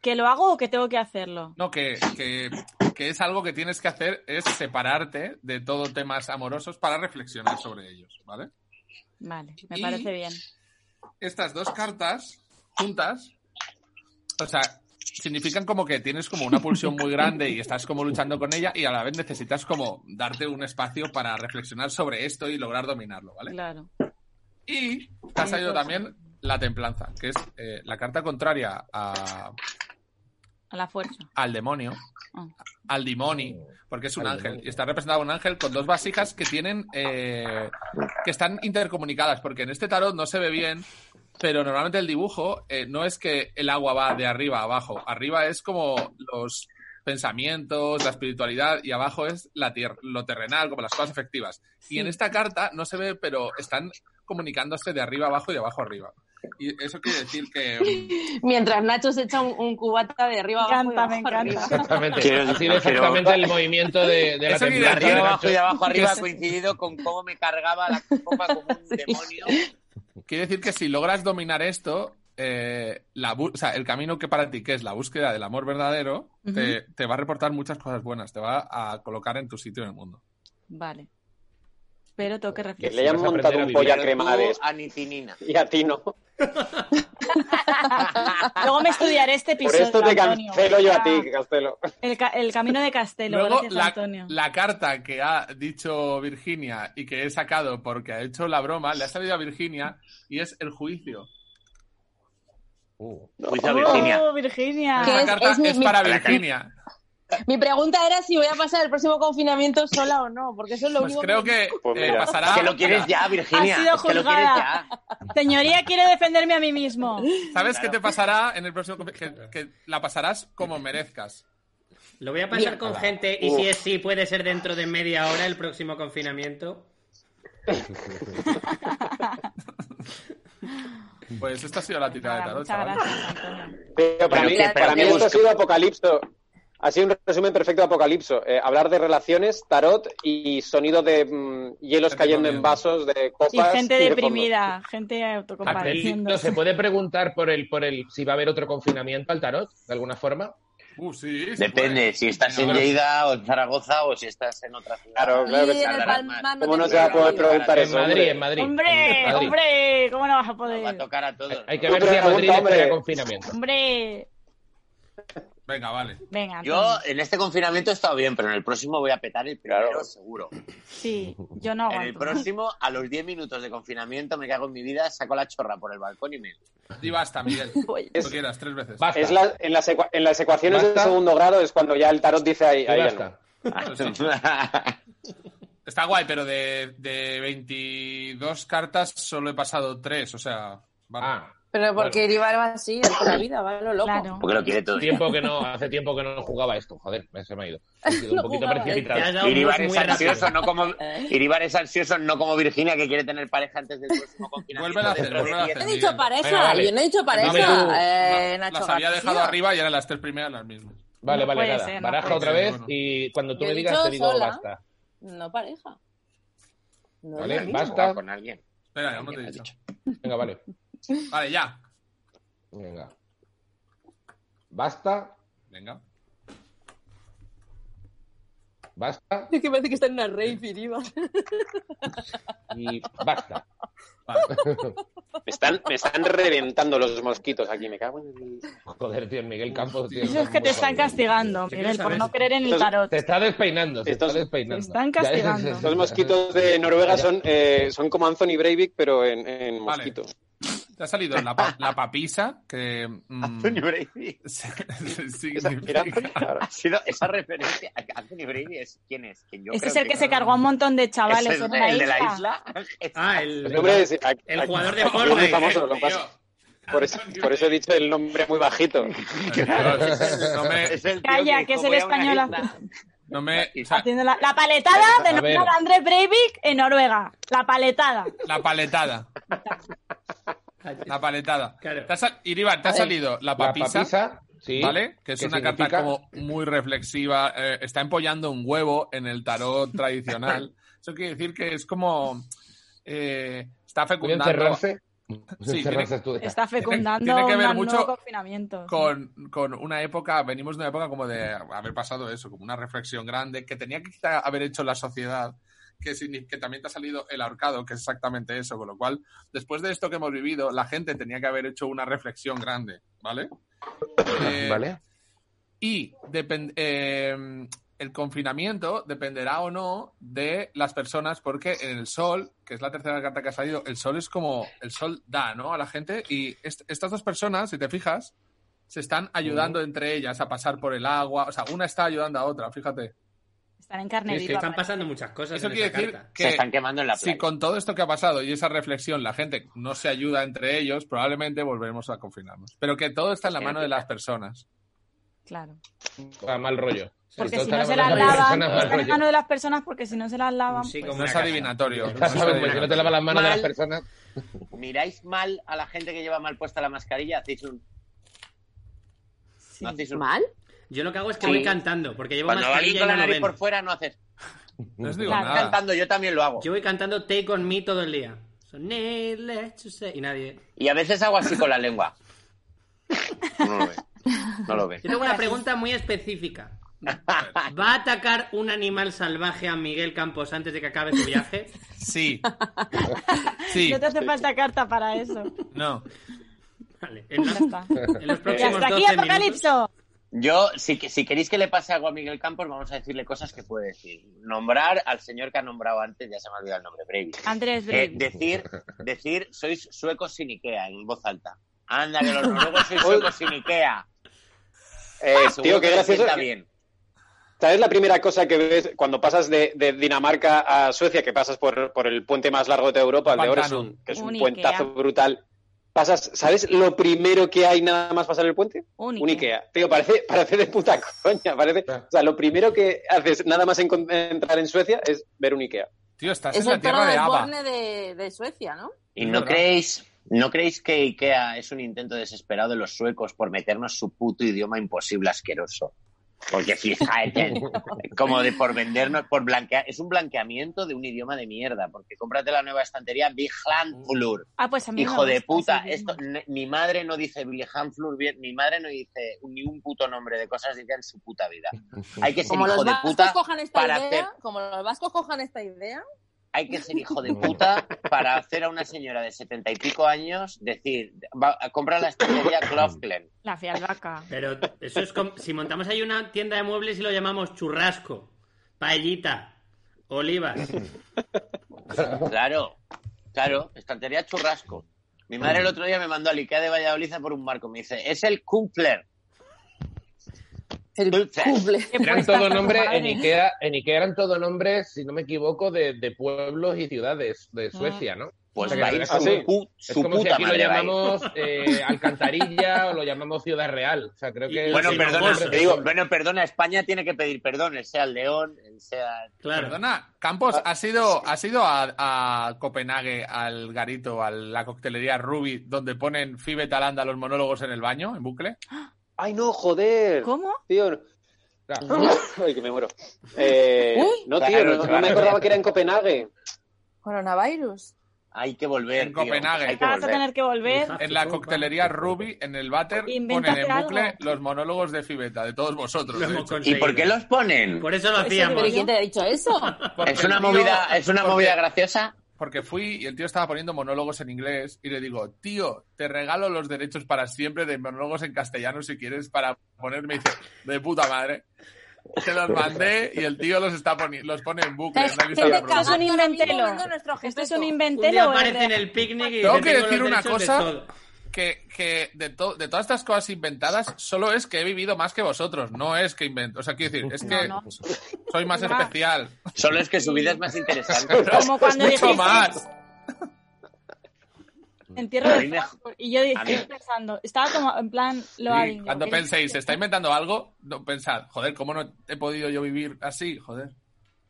D: ¿Que lo hago o que tengo que hacerlo?
A: No, que, que, que es algo que tienes que hacer, es separarte de todo temas amorosos para reflexionar sobre ellos, ¿vale?
D: Vale, me
A: Y-
D: parece bien.
A: Estas dos cartas juntas, o sea, significan como que tienes como una pulsión muy grande y estás como luchando con ella y a la vez necesitas como darte un espacio para reflexionar sobre esto y lograr dominarlo, ¿vale?
D: Claro.
A: Y te ha salido también la templanza, que es eh, la carta contraria a,
D: A la fuerza.
A: al demonio,
D: Ah.
A: al dimoni, porque es un
F: Al
A: ángel.
F: demonio.
A: Y está representado un ángel con dos vasijas que tienen eh, que están intercomunicadas, porque en este tarot no se ve bien, pero normalmente el dibujo eh, no es que el agua va de arriba a abajo, arriba es como los pensamientos, la espiritualidad y abajo es la tierra, lo terrenal, como las cosas efectivas. Y en esta carta no se ve, pero están comunicándose de arriba abajo y de abajo arriba. Y eso quiere decir que mm,
H: Mientras Nacho se echa un, un cubata de arriba abajo.
D: Me encanta, me
H: de abajo arriba.
D: encanta.
F: Exactamente.
E: Quiero-
F: ha sido
E: quiero-
F: exactamente el movimiento de, de la
A: Eso ni de
E: De
F: templanza
E: arriba
F: de ¿eh?
E: abajo y de
F: Nacho.
E: abajo arriba
A: Que
E: ha coincidido con cómo me cargaba la copa como un demonio.
A: Quiere decir que si logras dominar esto, eh, la bu- o sea, el camino que para ti, que es la búsqueda del amor verdadero, te, te va a reportar muchas cosas buenas, te va a colocar en tu sitio en el mundo.
D: Vale. Pero tengo que
C: Que
D: reflexionar.
C: le hayan
F: Vas a
C: montado
F: aprender a
C: un
F: vivir.
C: polla
E: Pero
C: crema de
E: tú, anicinina.
C: y a ti no. Por
D: Luego me estudiaré este episodio.
C: esto te
D: Antonio.
C: cancelo yo a ti,
D: Ah,
C: Castelo.
D: El, ca- el camino de Castelo,
A: Luego,
D: gracias,
A: la,
D: Antonio.
A: la carta que ha dicho Virginia y que he sacado porque ha hecho la broma, le ha salido a Virginia y es el juicio.
F: Uh,
E: Juicio a Virginia.
D: Oh, Virginia.
H: ¿Qué?
A: Esa
H: es-
A: carta es,
H: es mi- mi-
A: para
E: La carta-
A: Virginia.
H: Mi pregunta era si voy a pasar el próximo confinamiento sola o no, porque eso es lo
A: Pues
H: único
A: creo que
C: Pues
A: eh,
C: mira.
A: pasará.
E: Que lo quieres ya, Virginia.
D: Ha sido
E: es que lo quieres
D: juzgada.
E: ya.
D: Señoría, quiero defenderme a mí mismo.
A: ¿Sabes
E: Claro.
A: qué te pasará en el próximo? confi- Que, que la pasarás como merezcas.
B: Lo voy a pasar con gente y si es sí, puede ser dentro de media hora el próximo confinamiento.
A: Pues esta ha sido la tirada de tarot,
D: Nada, muchas
A: chaval.
D: gracias, Antonio.
C: Pero para
E: Pero
C: mí,
E: que- pero
C: para mí
E: que
C: esto ha
E: busca-
C: sido apocalipto. Ha sido un resumen perfecto de Apocalipso. Eh, hablar de relaciones, tarot y sonido de mm, hielos cayendo en vasos, de copas.
D: Y gente
C: y de
D: deprimida, gente
F: Aquel-
D: autocompadeciendo.
F: Uh, ¿Se puede preguntar por el, por el si va a haber otro confinamiento al tarot, de alguna forma?
A: Uh, sí, sí,
E: Depende,
A: puede.
E: si estás en
A: Pero-
E: Lleida o en Zaragoza o si estás en otra ciudad.
C: Claro, claro que
G: Y
C: sí.
G: en el
E: tardará
G: Palma
E: más.
G: no
C: ¿Cómo
G: te
C: no se va a poder
G: pierdas.
C: preguntar
F: En
C: eso?
F: Madrid, en
C: hombre?
F: Madrid. en
D: Hombre,
F: Madrid.
D: hombre, ¿cómo no vas a
E: Nos va a
D: poder?
E: tocar a todos.
F: Hay que
C: Tú
F: ver si a Madrid
C: pregunta,
F: está
C: hombre.
F: confinamiento.
D: Hombre,
A: Venga, vale.
D: venga.
E: Yo
D: Antonio.
E: en este confinamiento he estado bien, pero en el próximo voy a petar el primero
C: Claro.
E: seguro.
D: Sí, yo no
E: En el
D: aguanto.
E: próximo, a los 10 minutos de confinamiento, me cago en mi vida, saco la chorra por el balcón y me...
A: Y basta, Miguel.
D: Voy.
A: Lo quieras, tres veces.
F: Basta.
C: Es la- en, las ecua- en las ecuaciones de
F: Basta.
C: segundo grado es cuando ya el tarot dice ahí.
F: Y
C: ahí ya no.
F: basta.
A: Está guay, pero de, de 22 cartas solo he pasado tres, o sea... vale.
F: Ah,
H: Pero porque
F: Bueno.
H: Iribar va así, de toda la vida, va lo loco.
D: Claro.
E: Porque lo quiere todo.
F: tiempo que no, hace tiempo que no jugaba esto. Joder, se me ha ido. He sido un
H: No
F: poquito
H: jugaba.
F: precipitado.
B: Te has dado
E: Iribar
B: muy-
E: es
B: muy rápido.
E: ansioso, no como... Iribar es ansioso, no como Virginia, que quiere tener pareja antes del próximo confinamiento.
A: Vuelve a hacer,
E: dentro de
A: vuelve a
E: 10.
A: hacer.
H: He dicho pareja,
F: Venga, vale.
H: yo no he dicho
A: Pues
H: pareja.
F: Dame tú.
H: eh,
A: No,
H: Nacho
A: las había
H: García.
A: dejado arriba y eran las tres primeras las mismas.
F: Vale,
D: No
F: vale,
D: puede
F: nada.
D: ser, no
F: Baraja
D: puede
F: otra
A: ser.
F: vez
A: Bueno.
F: y cuando tú
H: Yo
F: me
H: he
F: digas
H: dicho
F: te digo
H: sola.
F: basta.
H: No pareja. No
F: Vale,
H: es lo mismo.
F: basta.
E: Jugar con alguien.
A: Espera, ya no te he
E: Has
A: dicho.
F: Venga, vale.
A: Vale, ya.
F: Venga. Basta,
A: Venga.
F: basta
H: Es que parece que está en una rave, Iribar.
F: y basta.
A: Vale.
C: Me están, me están reventando los mosquitos aquí, me cago en el-
F: Joder, tío, Miguel Campos, tío.
D: Eso es que te están castigando,
A: Sí,
D: Miguel,
A: quiero
D: por
A: saber.
D: no creer en el
C: Entonces,
D: tarot.
F: Te está despeinando, te
C: Estos-
F: está despeinando.
D: te están
F: Ya, ese-
D: castigando.
F: ese- ese-
C: Los mosquitos de Noruega son, eh, son como Anthony Breivik, pero en, en mosquito.
A: Te ha salido la, pa- la papisa, que... mm,
E: Anthony Brady.
A: sí-
C: Esa-
A: significa-
C: era Anthony, ahora.
E: Ha sido esa referencia. Anthony Brady es quién es. Que yo
D: Ese
E: creo
D: es el que se
E: no-
D: cargó a un montón de
E: ¿Es
D: chavales
E: el,
D: en
E: de-
D: una
E: el de la
D: isla.
E: isla?
B: Ah,
C: El
B: el,
C: nombre es- a-
B: el
C: a-
B: jugador de
C: es muy
B: Fortnite.
C: famoso, lo que
A: Tío,
C: pasa- por, eso,
A: Anthony
C: por eso he
A: Brady.
C: dicho el nombre muy bajito.
A: No me...
E: Es el tío
D: Calla, que
E: dijo,
D: es el
E: "Voy a una
D: español
E: isla".
A: No me o sea,
D: Haciendo la, la paletada de
F: A ver.
D: nombrar a Andrés Breivik en Noruega. La paletada.
A: la paletada. La paletada.
B: Ah, Claro.
A: Te ha sal- Iribar, te ha salido la
F: La
A: papisa,
F: papisa, sí.
A: ¿vale? Que es
F: ¿Qué
A: una carta
F: significa?
A: como muy reflexiva. eh, está empollando un huevo en el tarot tradicional. Eso quiere decir que es como... eh, está
F: Puede
A: fecundando
F: encerrarse.
A: Sí,
F: encerrarse tú.
D: Está fecundando
A: tiene que ver
D: un
A: mucho
D: nuevo confinamiento.
A: con, con una época, venimos de una época como de haber pasado eso, como una reflexión grande que tenía que quizá haber hecho la sociedad, que, signi- que también te ha salido el ahorcado, que es exactamente eso, con lo cual, después de esto que hemos vivido, la gente tenía que haber hecho una reflexión grande, ¿vale? Eh,
F: Vale.
A: Y depend- eh, el confinamiento dependerá o no de las personas, porque en el sol, que es la tercera carta que ha salido, el sol es como. El sol da, ¿no? A la gente. Y est- estas dos personas, si te fijas, se están ayudando entre ellas a pasar por el agua. O sea, una está ayudando a otra, fíjate.
D: Están en
B: Sí,
D: carne
B: es que
D: viva. pues.
B: están
D: parece.
B: pasando muchas cosas
A: Eso
B: en
A: quiere
B: esa
A: decir
B: carta.
E: Se
A: que
E: están quemando en la playa.
A: si con todo esto que ha pasado y esa reflexión la gente no se ayuda entre ellos, probablemente volveremos a confinarnos. Pero que todo está en la mano de las personas.
D: Claro.
F: Ah, mal rollo.
D: Porque
F: todo
D: si
F: está
D: no
F: en
D: se
F: la
D: las
F: mano de las
D: lavan,
F: personas, mal
D: está en la
F: rollo.
D: mano de las personas porque si no se las lavan.
B: Sí,
D: pues-
B: como
A: No es
B: una casa.
A: adivinatorio.
F: Ya sabes,
A: No
F: güey,
A: es
F: si no te lavas las manos de las
E: Mal.
F: personas.
E: Miráis mal a la gente que lleva mal puesta la mascarilla, hacéis un. No hacéis un.
H: ¿Mal?
B: Yo lo que hago es que
E: Sí.
B: voy cantando, porque llevo
E: Cuando alguien
B: mascarilla
E: con
B: y
E: la
B: no lo
E: nariz
B: ven.
E: por fuera no haces.
A: No os digo
D: Claro.
A: nada.
E: Cantando, yo también lo hago.
B: Yo voy cantando Take on Me todo el día. So, needless to say- Y nadie.
E: Y a veces hago así con la lengua. No lo ve. No lo ve.
B: Yo tengo una pregunta muy específica. ¿Va a atacar un animal salvaje a Miguel Campos antes de que acabe su viaje?
A: Sí. Sí.
D: No te hace falta carta para eso.
A: No.
B: Vale. En,
D: Ya
B: los-
D: está.
B: en los
D: Y
B: próximos
D: hasta aquí
B: 12 minutos.
D: Apocalipso.
E: Yo, si, que- si queréis que le pase algo a Miguel Campos, vamos a decirle cosas que puede decir. Nombrar al señor que ha nombrado antes, ya se me ha olvidado el nombre, Breivik.
D: Andrés
E: Eh,
D: Breivik.
E: decir, decir, sois suecos sin Ikea, en voz alta. Anda, que los noruegos sois suecos sin Ikea. Ah,
C: Eh,
E: Seguro
C: tío, qué
E: que les
C: gracioso.
E: sienta bien.
C: ¿Sabes la primera cosa que ves cuando pasas de, de Dinamarca a Suecia, que pasas por, por el puente más largo de toda Europa, el de
A: Pantano.
C: Öresund, que es un,
D: Un
C: puentazo
D: Ikea.
C: brutal? Pasas, ¿Sabes lo primero que hay nada más pasar el puente?
D: Un
C: Un
D: Ikea.
C: Ikea. Tío, parece, parece de puta coña. Parece, o sea, lo primero que haces nada más encon- entrar en Suecia es ver un Ikea.
A: Tío, estás
H: Es
A: en la
H: el toro
A: tierra de
H: del
A: Ava.
H: Borne de, de Suecia, ¿no?
E: ¿Y
A: Es
E: no
A: verdad.
E: creéis, no creéis que Ikea es un intento desesperado de los suecos por meternos su puto idioma imposible asqueroso? Porque fíjate, como de por vendernos, por blanquear. Es un blanqueamiento de un idioma de mierda. Porque cómprate la nueva estantería Flur.
D: Ah, pues a mí me
E: Hijo de
D: gusta
E: puta,
D: ese
E: esto,
D: libro.
E: n- mi madre no dice Bilhan Flur, bien, mi madre no dice ni un puto nombre de cosas, dice en su puta vida. Hay que ser
H: Como
E: hijo
H: los
E: de
H: vascos
E: puta
H: cojan esta
E: para
H: idea,
E: hacer-
H: como los vascos cojan esta idea,
E: hay que ser hijo de puta para hacer a una señora de setenta y pico años decir, va a comprar la estantería Clofclen.
D: La fialbaca.
B: Pero eso es como... Si montamos ahí una tienda de muebles y lo llamamos churrasco, paellita, olivas...
D: Pues
E: Claro, claro, estantería churrasco. Mi madre el otro día me mandó al Ikea de Valladolid a por un marco. Me dice, es el Kumpler.
H: el
E: Dulces.
H: cumple.
F: Eran
D: Pues
F: todo
D: tanto
F: nombres,
D: madre.
F: en Ikea, en Ikea eran todo nombres, si no me equivoco, de, de pueblos y
D: Ah.
F: ciudades de Suecia, ¿no?
E: Pues
F: O sea, que
E: va a ir
F: es
E: su,
F: como-
E: pu-
F: Es
E: su
F: como si
E: puta
F: aquí lo
E: madre. va a ir.
F: llamamos eh, Alcantarilla o lo llamamos Ciudad Real. O sea, creo que...
E: Bueno,
B: Sí,
E: perdona,
B: nombroso.
E: te digo, bueno, perdona, España tiene que pedir perdón, el sea el León, el sea...
B: Claro.
A: Perdona, Campos, ¿has ido, has ido a, a Copenhague, al garito, a la coctelería Ruby, donde ponen Fibe Talanda los monólogos en el baño, en bucle?
C: ¡Ay, no, joder!
D: ¿Cómo?
C: Tío,
F: Claro.
C: ay, que me muero. Eh,
H: Uy.
C: no, tío,
E: Claro,
C: no, no
E: claro.
C: me acordaba que era en Copenhague.
H: Coronavirus.
E: Hay que volver,
A: En
E: tío,
A: Copenhague.
E: Hay que
D: Vas a
E: volver.
D: tener que volver.
A: En la coctelería Ruby, en el váter,
D: Invéntate
A: ponen en bucle
D: algo.
A: los monólogos de Fibeta, de todos vosotros. ¿eh?
B: Lo
A: de
B: hemos
A: hecho.
E: ¿Y
B: conseguido.
E: por qué los ponen?
B: Por eso lo
H: ¿Pero
B: hacíamos.
H: quién te ha dicho eso?
A: Porque
E: ¿Es una
A: el tío-
E: movida, es una
A: porque-
E: movida graciosa?
A: Porque fui y el tío estaba poniendo monólogos en inglés y le digo, tío, te regalo los derechos para siempre de monólogos en castellano si quieres para ponerme. Y dice, de puta madre. Se los mandé y el tío los está poni- los pone en bucle. en una lista de
D: Esto es
A: reproducción.
D: un inventelo.
H: Ahora mismo vendo nuestro
D: Esto es
H: objeto.
B: Un
D: un
B: día
D: inventelo. o es
B: aparece en
D: real?
B: el picnic
A: Tengo
B: y dice,
A: que
B: "Tengo los
A: decir una
B: derechos de
A: cosa.
B: todo".
A: Que, que de, to- de todas estas cosas inventadas, solo es que he vivido más que vosotros. No es que invento. O sea, quiero decir, es que
D: No,
A: soy más
D: Verdad.
A: especial.
E: Solo es que su vida es más interesante.
D: Como cuando
A: Mucho
D: dijiste
A: más.
D: entierro
E: A mí
D: de
E: me-
D: Frankfurt, y yo dije,
E: a mí-
D: estoy pensando, estaba como en plan lo
A: Sí, cuando penséis,
D: "Ah,
A: se está inventando algo, no, pensad, joder, ¿cómo no he podido yo vivir así? Joder.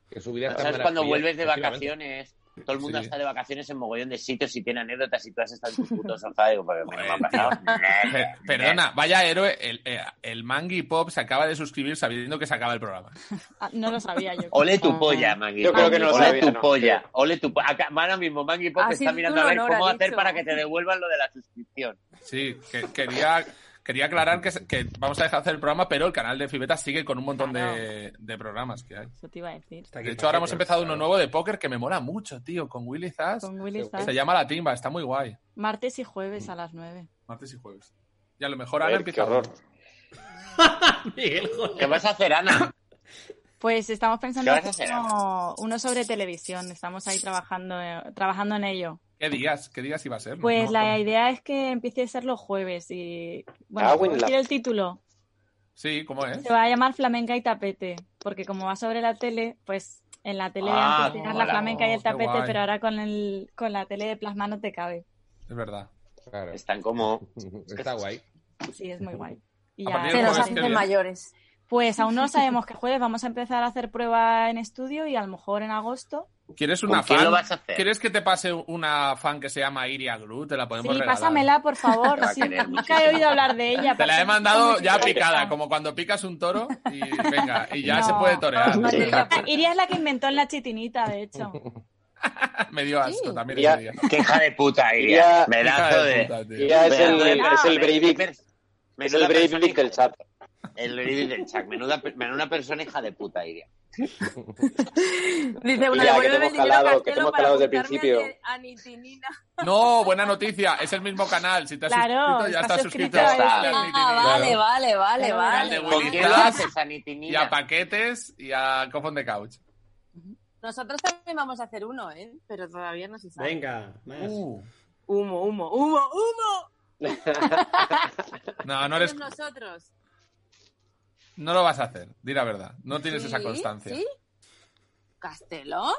F: Que su vida está
E: ¿Sabes cuando
F: maravillosa,
E: vuelves de
F: efectivamente.
E: vacaciones? Todo el mundo
A: Sí.
E: está de vacaciones en mogollón de sitios y tiene anécdotas y tú has estado en tu puto sofá. Digo, porque a mí no me ha pasado. nada.
A: Per- Perdona, vaya héroe, el, eh, el Mangi Pop se acaba de suscribir sabiendo que se acaba el programa.
D: Ah, no lo sabía yo.
E: Ole tu polla, Mangui.
C: Yo creo que no lo
E: Ole
C: sabía,
E: tu
C: no.
E: polla. Ole tu polla. Ahora mismo Mangui Pop
H: Ha
E: está
H: sido
E: mirando
H: un
E: a ver
H: honor,
E: cómo
H: ha
E: hacer
H: dicho.
E: para que te devuelvan lo de la suscripción.
A: Sí, que- quería, quería aclarar que, se- que vamos a dejar de hacer el programa, pero el canal de Fibeta sigue con un montón de, de programas que hay.
D: Eso te iba a decir.
F: Está aquí
A: De hecho, ahora hemos
F: paquetes,
A: empezado uno
F: claro.
A: nuevo de póker que me mola mucho, tío, con Willy Zaz.
D: Con Willy
F: Seguro.
D: Zaz,
A: Se llama La Timba, está muy guay.
D: martes y jueves a las 9.
A: Martes y jueves. Y a lo mejor ahora
C: Joder, qué
A: empieza.
C: horror.
B: Miguel, joder.
E: ¿Qué vas a hacer, Ana?
D: Pues estamos pensando
E: ¿Qué vas a hacer
D: como uno sobre televisión, estamos ahí trabajando eh, trabajando en ello.
A: ¿Qué días? ¿Qué días iba a ser? No-
D: Pues
A: no-
D: la idea es que empiece a ser los jueves y bueno,
C: Cago en
D: ¿puedo
C: la-
D: decir el título
A: Sí, ¿cómo es?
D: se va a llamar Flamenca y Tapete, porque como va sobre la tele, pues en la tele
E: Ah,
D: antes tenías la
E: mola,
D: flamenca y el
A: qué
D: tapete,
A: guay.
D: pero ahora con el con la tele de plasma no te cabe.
A: Es verdad.
F: Claro.
E: Están como...
F: Está guay.
D: Sí, es muy guay. Y
A: A
D: ya-
A: partir
H: Se
A: del
H: nos
A: jueves que
H: hacen
A: viene.
H: mayores.
D: Pues aún no sabemos qué jueves, vamos a empezar a hacer prueba en estudio y a lo mejor en agosto.
A: ¿Quieres
E: ¿Con
A: una
E: quién
A: fan?
E: lo vas a hacer?
A: ¿Quieres que te pase una fan que se llama Iria Gru? Te la
D: Sí,
A: podemos regalar.
D: pásamela, por favor.
E: Te va a
D: sí,
E: querer
D: nunca he
E: muchísimo.
D: oído hablar de ella.
A: Te la he
D: pero-
A: mandado ya
D: Sí,
A: picada,
D: está.
A: como cuando picas un toro y venga, y ya
D: No.
A: se puede torear.
H: No,
E: Sí.
H: Iria-
D: Iria es la que inventó en la chitinita, de hecho.
A: Me dio asco también
C: Ya.
A: ese día.
E: ¡Qué hija de puta,
C: Ya,
E: Iria! Pedazo
A: Hija
E: de...
A: de puta, tío.
C: Ya es el,
E: Pedazo de-
C: es el Breivik. Es el
E: Menuda
C: Breivik
E: persona-
C: del chat.
E: El Breivik del chat. Menuda, menuda persona hija de puta, Iria.
H: Dice
C: Mira, que te
H: "Devuélveme
C: hemos
H: el dinero,
C: calado, que te
H: Castelo,
C: hemos
H: para
C: calado desde el
H: apuntarme
C: principio".
H: de anitinina.
A: No, buena noticia, es el mismo canal. Si te has
D: Claro,
A: suscrito, ya
D: estás
A: estás suscrito.
D: suscrito
E: a
A: Está.
D: ese.
A: Ni, ni, ni.
H: Ah, vale,
A: Claro.
H: vale, vale,
D: Claro,
H: vale.
A: Al de
E: ¿Con
A: Willy
E: quién lo
A: Zaz
E: haces,
A: Y
E: Anitinina?
A: a paquetes y a cofón de couch.
H: Nosotros también vamos a hacer uno, ¿eh? Pero todavía no se sabe.
B: Venga, más.
A: Uh.
H: Humo, humo, humo, humo.
A: No, no,
H: Somos
A: eres,
H: nosotros.
A: no lo vas a hacer, di la verdad. No tienes esa
H: Sí,
A: constancia.
H: ¿Sí? ¿Castelo?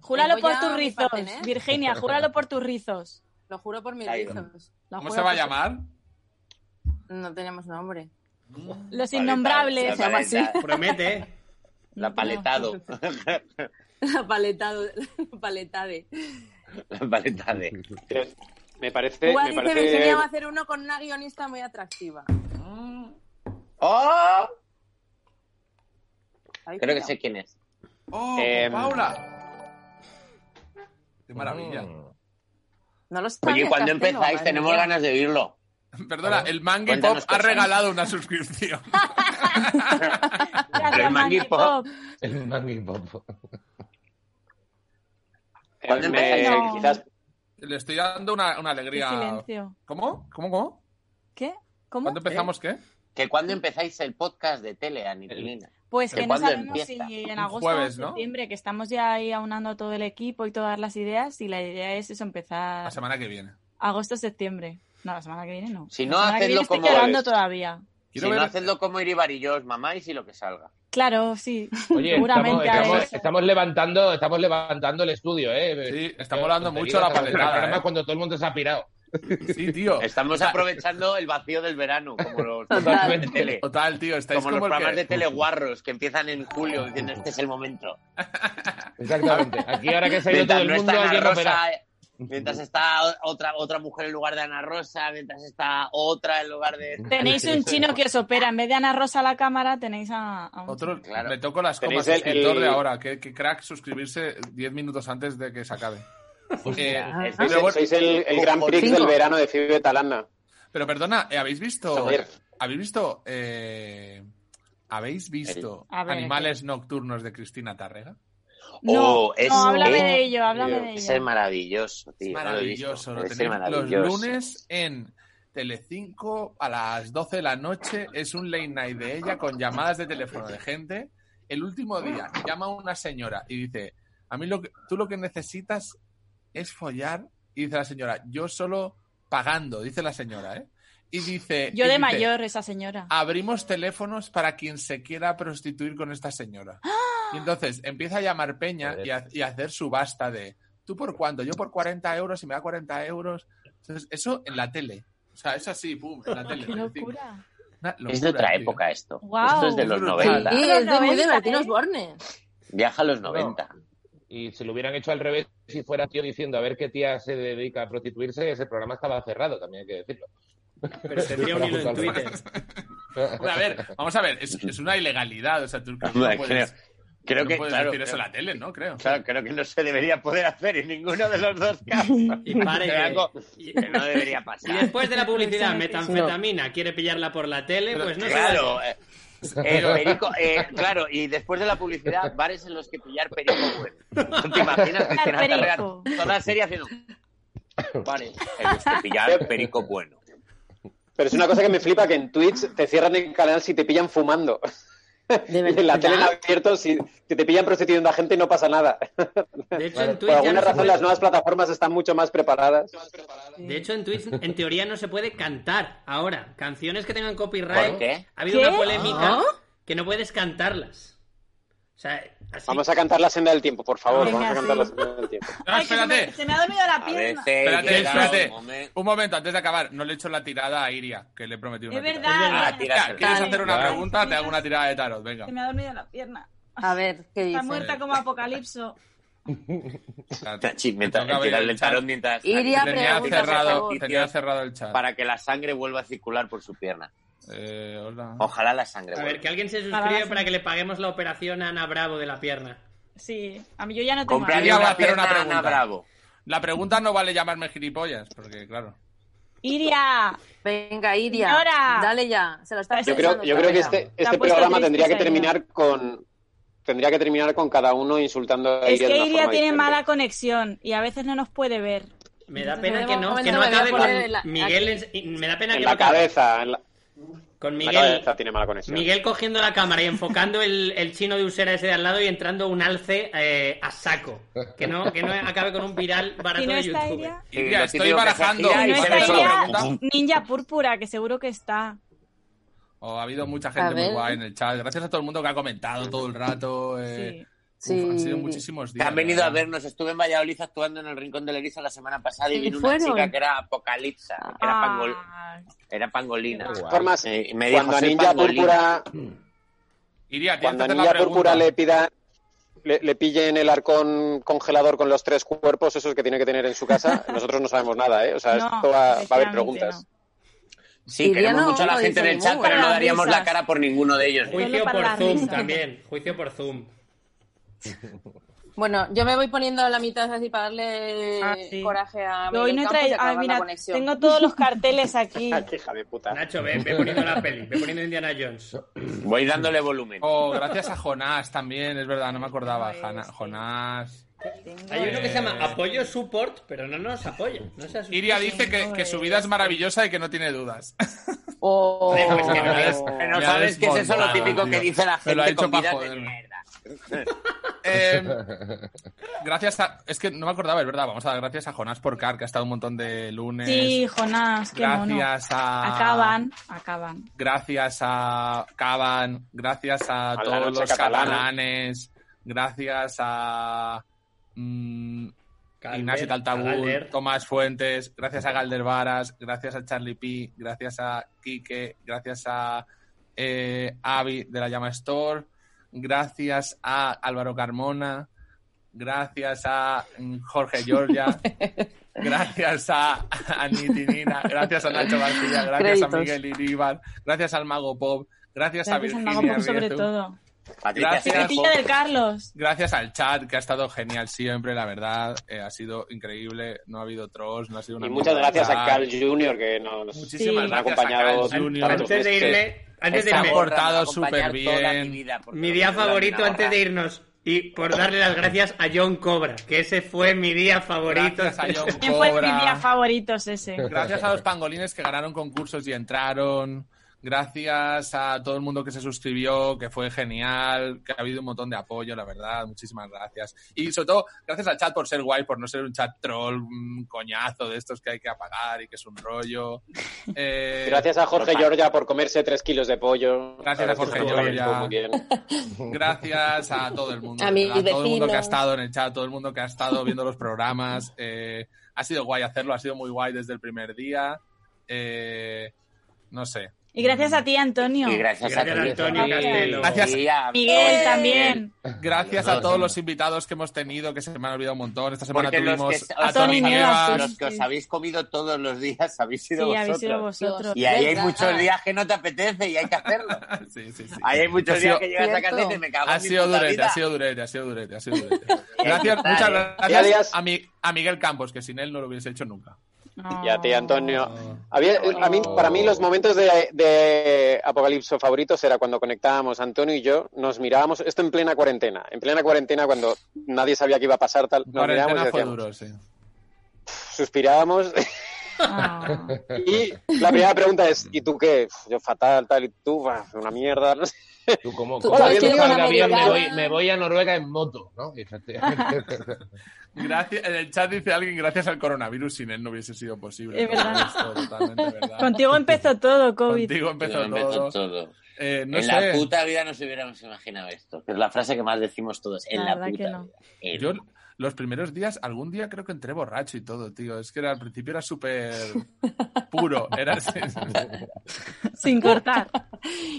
D: Júralo
H: Tengo
D: por
H: ya
D: tus
H: mi ¿eh?
D: rizos,
H: partener.
D: Virginia, júralo por tus rizos.
H: Lo juro por mis
E: Caído.
H: rizos. Lo
A: ¿Cómo
H: juro
A: se va a
H: por-
A: llamar?
H: No tenemos nombre.
D: Los innombrables.
H: Se llama así.
B: Promete. ¿eh?
E: La paletado.
H: La paletado, la paletade.
E: La paletade.
C: Me parece.
H: Ua,
C: Eh, Me
H: dice Virginia
C: parece
H: va a hacer uno con una guionista muy atractiva.
E: ¡Oh!
G: Ahí
E: Creo que
G: cuidado.
E: sé quién es.
A: ¡Oh,
E: Em,
A: Paula! ¡Qué maravilla!
F: Mm.
G: No lo sabes,
E: Oye, cuando
G: Castelo,
E: empezáis,
G: madre
E: tenemos
G: mía.
E: ganas de oírlo.
A: Perdona, el Mangue Pop
E: Cuéntanos
A: ha
E: cosas.
A: regalado una suscripción.
D: Gracias,
E: El Mangy
D: Mangy
E: Pop.
D: Pop.
F: El Mangui Pop.
E: ¿Cuándo
C: Eh,
E: empezáis?
D: No.
C: Quizás
A: Le estoy dando una, una
D: Qué
A: alegría.
D: silencio.
A: ¿Cómo? ¿Cómo? ¿Cómo?
D: ¿Qué? ¿Cómo? ¿Eh?
A: ¿Cuándo empezamos qué?
E: Que cuando empezáis el podcast de tele, Anitilina.
D: Pues
E: ¿Pero
D: que no
E: cuándo
D: sabemos
E: empieza?
D: si en
A: Un
D: agosto
A: jueves,
D: o en
A: ¿no?
D: septiembre, que estamos ya ahí aunando todo el equipo y todas las ideas, y la idea es eso,
A: La
D: empezar
A: semana que viene.
D: agosto septiembre. No, la semana que viene no.
E: Si
D: La
E: no,
D: semana que
E: hacedlo
D: viene estoy
E: como
D: llorando
E: es.
D: todavía.
E: Si
A: Quiero
E: no,
A: ver-
E: hacedlo como Iribar y yo, os mamáis y lo que salga.
D: Claro, sí.
F: Oye, estamos,
D: Seguramente haré
F: estamos,
D: eso.
F: estamos levantando, estamos levantando el estudio, ¿eh?
A: Sí, está molando
F: Tonterías,
A: mucho la
F: estamos en el
A: paletada.
F: programa
A: ¿eh?
F: cuando todo el mundo se ha pirado.
A: Sí, tío.
E: Estamos aprovechando el vacío del verano, como los programas de
F: Totalmente.
E: tele.
A: Total, tío, estáis
E: Como
A: como, el
E: los
A: que-
E: programas de teleguarros que empiezan en julio diciendo este es el momento.
F: Exactamente. Aquí ahora que se ha ido todo
E: Mientras
F: el
E: no
F: mundo,
E: está
F: hay que
E: Ana
F: recuperar.
E: Rosa, mientras está otra, otra mujer en lugar de Ana Rosa, mientras está otra en lugar de...
D: Tenéis un chino que os opera. En vez de Ana Rosa a la cámara, tenéis a, a un
A: Otro,
E: Claro.
A: Me toco las
C: Tenéis
A: comas
C: el-
A: suscriptor
C: el-
A: de ahora. Qué, qué crack suscribirse 10 minutos antes de que se acabe. Eh,
D: Ah.
E: Es-
C: sois,
A: luego-
C: sois el,
E: este,
C: el Grand Prix
E: Cinco.
C: del verano de Fibe Talana.
A: pero perdona, ¿eh, ¿habéis visto?
C: Joder.
A: ¿Habéis visto? eh, ¿Habéis visto
D: A ver,
A: Animales Nocturnos de Cristina Tárrega?
D: No,
E: Oh, es-
D: no, háblame
E: eh,
D: de ello, háblame de
E: Ese es
D: ello.
E: maravilloso, tío. no lo he visto.
A: maravilloso. Lo
E: Ese es
A: tenéis
E: maravilloso.
A: los lunes en Telecinco a las 12 de la noche. Es un late night de ella con llamadas de teléfono de gente. El último día llama una señora y dice, a mí lo que, tú lo que necesitas es follar. Y dice la señora, yo solo pagando, dice la señora, ¿eh? Y dice...
D: Yo
A: y dice,
D: de mayor, esa señora.
A: Ah, abrimos teléfonos para quien se quiera prostituir con esta señora.
D: ¡Ah!
A: Y entonces empieza a llamar Peña y a, y a hacer subasta de tú por cuánto, yo por 40 euros y me da 40 euros. Entonces, eso en la tele. O sea, eso así, pum, en la tele.
D: ¡Qué locura!
A: Una
E: Es de
A: locura,
E: otra
A: tío.
E: época esto.
D: Guau.
E: Esto es de los
A: Brutal.
E: 90.
H: Sí, es de muy de
D: 90,
H: Martín
D: ¿eh?
H: Osborne.
E: Viaja a los 90.
F: Y si lo hubieran hecho al revés, si fuera tío diciendo a ver qué tía se dedica a prostituirse, ese programa estaba cerrado, también hay que decirlo.
B: Pero tendría un hilo en Twitter.
A: Hombre, a ver, vamos a ver, es, es una ilegalidad. O sea, tú creo que
E: Hombre,
A: no puedes,
E: Creo
A: no
E: que,
A: puedes
E: claro,
A: decir eso en
E: creo-
A: la tele, ¿no? Creo.
E: claro, creo que no se debería poder hacer en ninguno de los dos casos.
B: Y pare
F: Era
B: que-
F: algo-
B: y-
E: Que no debería
B: Y
E: pasar.
B: después de la publicidad, metanfetamina, quiere pillarla por la tele, pues no se vale.
E: Claro, eh, eh, perico, eh, claro, y después de la publicidad, bares en los que pillar perico bueno. ¿No te imaginas
D: Pillar
E: que Cristina Aguilera
D: perico.
E: toda la serie haciendo bares en los que pillar perico bueno?
C: Pero es una cosa que me flipa que en Twitch te cierran el canal si te pillan fumando.
H: De
C: Y en la
H: verdad.
C: tele en abierto, si si te pillan prostituyendo a gente, no pasa nada.
B: De hecho, en
C: Por
B: Twitch, ya no se
C: alguna razón,
B: puede-
C: las nuevas plataformas están mucho más preparadas.
B: de hecho, en Twitch, en teoría, no se puede cantar ahora. Canciones que tengan copyright.
E: ¿Por qué?
B: Ha habido
D: ¿Qué?
B: una polémica
H: ¿Ah?
B: que no puedes cantarlas. O sea, así.
C: Vamos a cantar la senda del tiempo, por favor.
D: Venga,
C: vamos a cantar
D: sí.
C: la senda del tiempo.
A: No, espérate. este,
D: se me ha dormido la
E: A veces
A: Espérate,
E: llega un
A: espérate.
E: momento-
A: Un momento, antes de acabar, no le he hecho la tirada a Iria, que le he prometido una
D: Es
A: tirada.
D: verdad,
E: Ah,
D: Iria.
E: tiras
A: Ah, ¿Quieres
D: Vale.
A: hacer una
D: Vale.
A: pregunta? Te hago una tirada de tarot, venga.
D: Se me ha dormido la pierna.
H: A ver, ¿qué
D: Está
H: dice?
D: muerta como Apocalipso.
E: Sí,
A: Me
E: mientras-
A: toca abrir
E: tirarle
A: el chat.
E: tarot mientras-
H: Iria
A: Tenía
H: pregunta, por
A: cerrado,
H: favor.
A: tenía cerrado el chat.
E: para que la sangre vuelva a circular por su pierna.
A: Eh, hola.
E: Ojalá la sangre
B: A ver, que
E: vuelva.
B: alguien se
D: Para
B: suscribe
D: la-
B: para que le paguemos la operación a Ana Bravo de la pierna.
D: Sí, a mí yo ya no tengo.
E: Comprarle
A: Iria va a
E: una
A: hacer una
E: pierna a Ana
A: pregunta.
E: Bravo.
A: La pregunta no vale llamarme gilipollas, porque claro.
D: Iria,
H: Venga, Iria.
D: Señora.
H: Dale ya. Se lo está
D: Yo
C: Yo creo,
H: pensando
C: yo creo que
H: todavía.
C: este,
D: Te
C: este
D: ha puesto
C: programa
D: triste,
C: tendría que
D: Iria.
C: terminar con tendría que terminar con cada uno insultando a
D: es
C: Iria de
D: que
C: una
D: Iria
C: forma
D: tiene
C: diferente.
D: mala conexión y a veces no nos puede ver.
B: Me da
H: Entonces,
B: pena que
H: luego,
B: no,
H: bueno,
B: que no
H: me voy a
B: acabe
H: poner
B: con
H: la-
B: Miguel. en- Me da pena
C: en
B: que
C: la
B: no acabe
C: cabeza, en la,
B: con
C: en la
B: Miguel.
C: cabeza tiene mala conexión.
B: Miguel cogiendo la cámara y enfocando el, el chino de usera ese de al lado y entrando un alce eh, a saco. Que no, que no acabe con un viral barato
D: Si no
B: de
D: está
B: YouTube.
D: Iria,
E: Sí,
A: Iria,
E: lo
A: estoy
E: típico que se
A: barajando.
E: gira
D: si
E: y
D: no
E: se
A: ¿Cuál
D: está
E: ve
A: es la
E: solo
D: Iria,
E: como un-
D: Ninja Púrpura, que seguro que está.
A: Oh, ha habido
E: Mm.
A: mucha
H: A
A: gente muy
H: ver.
A: guay en el chat. Gracias a todo el mundo que ha comentado todo el rato. eh.
D: Sí.
H: Sí.
A: Uf, han sido muchísimos
E: Que
A: días.
E: han venido
A: la
E: a
A: verdad.
E: vernos. Estuve en Valladolid actuando en el Rincón de Eriza la semana pasada y
H: ¿Quiénes
E: vino una
H: fueron?
E: chica que era Apocalipsa, que era, pangol-
D: Ah,
E: era pangolina.
F: Qué guay.
C: Formas,
E: Eh, y me dijo,
C: cuando a
E: "Soy
C: Ninja
E: pangolina".
C: Púrpura,
A: Iria, tienes que
C: cuando a
A: hacer la
C: Ninja
A: pregunta.
C: Púrpura le pida le, le pillen el arcón congelador con los tres cuerpos esos que tiene que tener en su casa, nosotros no sabemos nada, ¿eh? O sea,
D: no,
C: esto va, va a haber
D: efectivamente
C: preguntas.
D: no.
E: Sí, queremos
H: Iriana
E: mucho a la
H: Oro
E: gente
H: dice,
E: del chat,
H: "Muy
E: pero no
H: buenas
E: daríamos la
H: risas".
E: cara por ninguno de ellos.
B: Juicio
H: Solo para
B: por
H: la
B: Zoom
H: risa.
B: también. Juicio por Zoom.
H: Bueno, yo me voy poniendo la mitad así para darle
D: Ah, sí.
H: coraje a
D: Yo hoy no he
H: Miguel Campos y
D: traído- ah,
H: acabar la
D: mira,
H: conexión.
D: tengo todos los carteles aquí.
C: Ah, qué hija de puta.
B: Nacho, ve, ve poniendo la peli, ve poniendo Indiana Jones.
E: Voy dándole volumen.
A: Oh, gracias a Jonás también, es verdad, no me acordaba.
D: Ay,
A: Jana-
D: sí.
A: Jonás.
B: Hay uno que se llama Apoyo Support, pero no nos apoya. No se asuste.
A: Iria dice que, que su vida es maravillosa y que no tiene dudas.
H: Oh.
E: Joder, pues que
A: me des-
E: Que
A: me
E: no
A: ha
E: sabes qué es eso lo
A: desmontado,
E: típico
A: tío.
E: que dice la
A: Me lo ha
E: gente
A: hecho
E: con
A: pa'
E: vidas de
A: joderme.
E: mierda.
A: Eh, gracias a. Es que no me acordaba, es verdad. Vamos a dar gracias a Jonás por Car, que ha estado un montón de lunes.
D: Sí, Jonás, qué mono.
A: gracias a.
D: Acaban, acaban.
A: Gracias a Caban. Gracias a,
C: la
A: todos
C: noche
A: los
C: catalana.
A: catalanes. Gracias a. mm,
B: Calder,
A: Ignacio Taltabur,
B: Calder.
A: Tomás Fuentes, gracias a Galder Varas, gracias a Charlie P, gracias a Quique, gracias a eh, Avi de la Llama Store, gracias a Álvaro Carmona, gracias a mm, Jorge Giorgia, gracias a Aniti Nina, gracias a Nacho García, gracias a
H: Créditos.
A: Miguel Iríbar, gracias al Mago Pop, gracias, a
D: Gracias al
A: Virginia
D: Mago Pop sobre
A: Riezu,
D: todo.
E: Patricia
A: Gracias.
E: Cirejo.
D: Secretilla del Carlos.
A: Gracias al chat, que ha estado genial siempre, la verdad. eh, ha sido increíble. No ha habido trolls, no ha sido una.
C: Y muchas
A: mierda
C: gracias a
A: chat.
C: Carl Jr. que nos...
A: Muchísimas
D: Sí.
A: gracias
C: Me ha acompañado
A: a Carl Junior.
C: tanto.
B: Antes de irme, antes de
E: Esta
A: por-
B: irme,
E: gorra me va a
A: portado
E: acompañar
A: súper
E: toda
A: bien.
E: mi vida, porque
B: mi
E: no
B: día
E: me la
B: favorito
E: dan
B: antes de
E: ahora.
B: irnos. Y por darle las gracias a John Cobra, que ese fue mi día favorito.
A: Gracias a John
D: ¿Quién fue mi día
A: Cobra.
D: favorito ese?
A: Gracias a los pangolines que ganaron concursos y entraron. Gracias a todo el mundo que se suscribió, que fue genial, que ha habido un montón de apoyo, la verdad. Muchísimas gracias. Y sobre todo, gracias al chat por ser guay, por no ser un chat troll, un coñazo de estos que hay que apagar y que es un rollo. Eh,
C: Gracias a Jorge Giorgia por comerse tres kilos de pollo.
A: Gracias
C: La
A: a Jorge
C: verdad es que estuvo
A: Giorgia.
C: muy bien.
A: Gracias a todo el mundo.
H: A
A: de
H: mis
A: verdad, todo el mundo que ha
H: vecinos.
A: estado en el chat, todo el mundo que ha estado viendo los programas. eh, ha sido guay hacerlo, ha sido muy guay desde el primer día. eh, no sé.
D: Y gracias a ti, Antonio.
E: Y gracias,
B: Gracias a
E: ti,
B: Antonio
E: Javi.
B: Castelo.
A: Gracias.
E: Y a
D: Miguel
E: todos.
D: también.
A: Gracias a todos los invitados que hemos tenido, que se me han olvidado un montón. Esta semana
E: Porque los que,
A: tuvimos
E: os
A: a
D: Tony
E: habéis
A: Tony
E: comido-
D: Nievas,
A: Nievas.
E: los que os habéis comido todos los días habéis
D: Sí,
E: sido
D: habéis
E: vosotros.
D: sido vosotros.
E: Y ahí hay
H: ¿Verdad?
E: muchos días que no te apetece y hay que hacerlo.
A: Sí, sí, sí.
E: Ahí hay muchos
A: Ha
E: días
A: sido-
E: que llegas a casa y
H: Cierto.
E: dices, me cago
A: Ha
E: en mi
A: sido
E: puta
A: durete,
E: vida.
A: ha sido durete, ha sido durete, ha sido durete.
E: que
A: Gracias,
E: estar,
A: muchas
E: eh.
A: gracias
C: Adiós.
A: a, mi, a Miguel Campos, que sin él no lo hubiese hecho nunca.
D: No.
C: Y a
E: Oh.
C: ti, Antonio. Había- a mí,
A: Oh.
C: para mí los momentos de, de Apocalipso favoritos era cuando conectábamos Antonio y yo, nos mirábamos, esto en plena cuarentena, en plena cuarentena cuando nadie sabía que iba a pasar tal, nos mirábamos y
A: Cuarentena fue
C: decíamos,
A: duro, sí.
C: suspirábamos
D: Ah.
C: y la primera pregunta es, ¿y tú qué? Uf, Yo fatal, tal, y tú, bah, una mierda, no sé.
F: Tú como,
H: Tú
F: como
C: sabes
F: que
C: que
F: no
C: eres
F: salga
H: una
F: bien, me voy,
H: americana.
F: me voy a Noruega en moto, ¿no? Y efectivamente-
A: Gracias, en el chat dice alguien, gracias al coronavirus, sin él no hubiese sido posible.
D: Es verdad.
A: Esto, totalmente verdad.
D: Contigo empezó todo, COVID.
A: Contigo empezó todo.
E: todo.
A: Eh, no
E: en
A: sé,
E: la puta vida nos hubiéramos imaginado esto. Que es la frase que más decimos todos. En
D: La
E: la,
D: verdad
E: puta
D: que no.
E: vida. En-
A: yo los primeros días, algún día creo que entré borracho y todo, tío. Es que era, al principio era súper puro. Era así.
D: Sin cortar.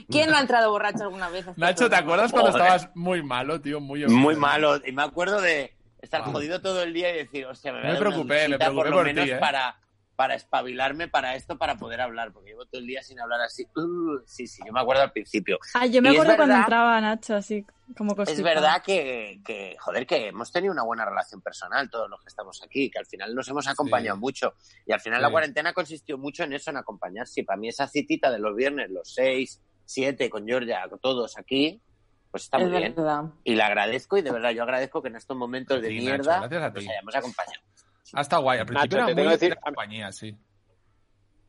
H: ¿Quién no ha entrado borracho alguna vez? a este
A: Nacho, ¿te
H: programa?
A: acuerdas cuando
E: Joder.
A: estabas muy malo, tío? Muy,
E: Muy malo. Y me acuerdo de estar
A: Wow.
E: jodido todo el día y decir, hostia, me voy
A: Me
E: a dar una
A: preocupé, me
E: duchita
A: preocupé
E: por lo
A: por ti,
E: menos
A: ¿eh?
E: para, para espabilarme para esto, para poder hablar. Porque llevo todo el día sin hablar así. Uh, sí, sí, yo me acuerdo al principio.
D: Ah, yo me
E: Y es
D: acuerdo cuando
E: verdad-
D: entraba Nacho, así como
E: Es
D: constipado.
E: verdad que, que, joder, que hemos tenido una buena relación personal todos los que estamos aquí, que al final nos hemos acompañado
A: Sí.
E: mucho. Y al final
A: Sí.
E: la cuarentena consistió mucho en eso, en acompañarse. Y para mí esa citita de los viernes, los seis, siete, con Georgia, con todos aquí, pues está muy bien.
H: Es verdad.
E: Y le agradezco, y de verdad yo agradezco que en estos momentos de
A: Sí, Nacho,
E: mierda
A: gracias a ti.
E: nos hayamos acompañado.
A: Hasta Ah, guay. Al principio
C: Nacho, te
A: era
C: tengo
A: muy
C: que decir-
A: de compañía, sí.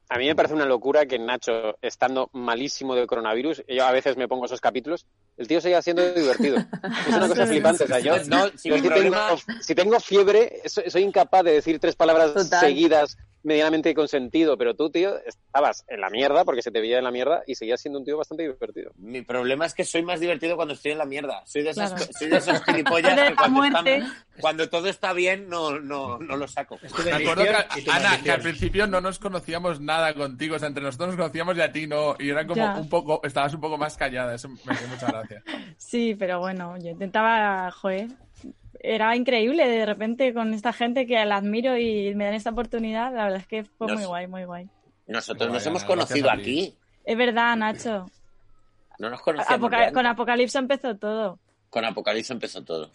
C: A mí me parece una locura que Nacho, estando malísimo de coronavirus, yo a veces me pongo esos capítulos, el tío sigue siendo divertido. Es una cosa
D: Sí,
C: flipante. O sea, yo,
E: sí, sí. No,
C: yo
E: sin
C: si, tengo,
E: problema.
C: si tengo fiebre, so- soy incapaz de decir tres palabras
H: Total.
C: seguidas medianamente con sentido, pero tú, tío, estabas en la mierda porque se te veía en la mierda y seguías siendo un tío bastante divertido.
E: Mi problema es que soy más divertido cuando estoy en la mierda. Soy de esos,
D: Claro.
E: soy de esos gilipollas
D: De
E: que
D: la
E: cuando, están-
D: muerte.
E: cuando todo está bien no, no, no lo saco.
A: Me acuerdo que, Ana, que al
B: principio...
A: principio no nos conocíamos nada contigo, o sea, entre nosotros nos conocíamos y a ti no, y era como
D: Ya.
A: un poco, estabas un poco más callada, eso me dio mucha gracia.
D: Sí, pero bueno, yo intentaba, joder. Era increíble de repente con esta gente que la admiro y me dan esta oportunidad. La verdad es que fue
E: No
D: muy
E: sé.
D: guay, muy guay.
E: Nosotros nos
A: Vaya,
E: hemos
A: gracias
E: conocido
A: a ti.
E: aquí.
D: Es verdad, Nacho.
E: No nos
H: Ah,
E: conocíamos.
D: Apoca-
E: de antes.
D: con Apocalipsis empezó todo.
E: Con Apocalipsis empezó todo.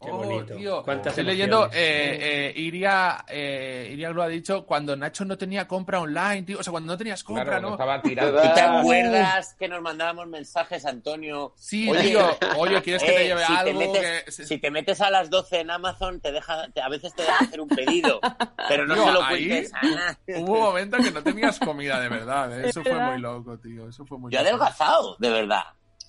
B: Qué bonito.
A: Oh, tío.
B: Cuántas
A: Estoy leyendo,
B: emociones.
A: eh, eh, Iria, eh, Iria lo ha dicho, cuando Nacho no tenía compra online, tío. O sea, cuando no tenías compra,
F: Claro,
A: ¿no?
F: no estaba tirado.
E: ¿Y te
C: Ah.
E: acuerdas que nos mandábamos mensajes, Antonio?
A: Sí,
E: Oye,
A: tío. Oye, ¿quieres que te
E: eh,
A: lleve
E: si
A: algo?
E: Te metes,
A: Que-
E: Si te metes a las 12 en Amazon, te deja, te- a veces te deja hacer un pedido. pero no
A: Tío,
E: se lo Ah,
A: ahí-
E: cuentes a nadie.
A: Hubo momentos que no tenías comida, de verdad. ¿eh? Eso
D: Es
A: fue
D: verdad.
A: muy loco, tío. Eso fue muy
E: Yo he
A: loco.
E: adelgazado, de verdad.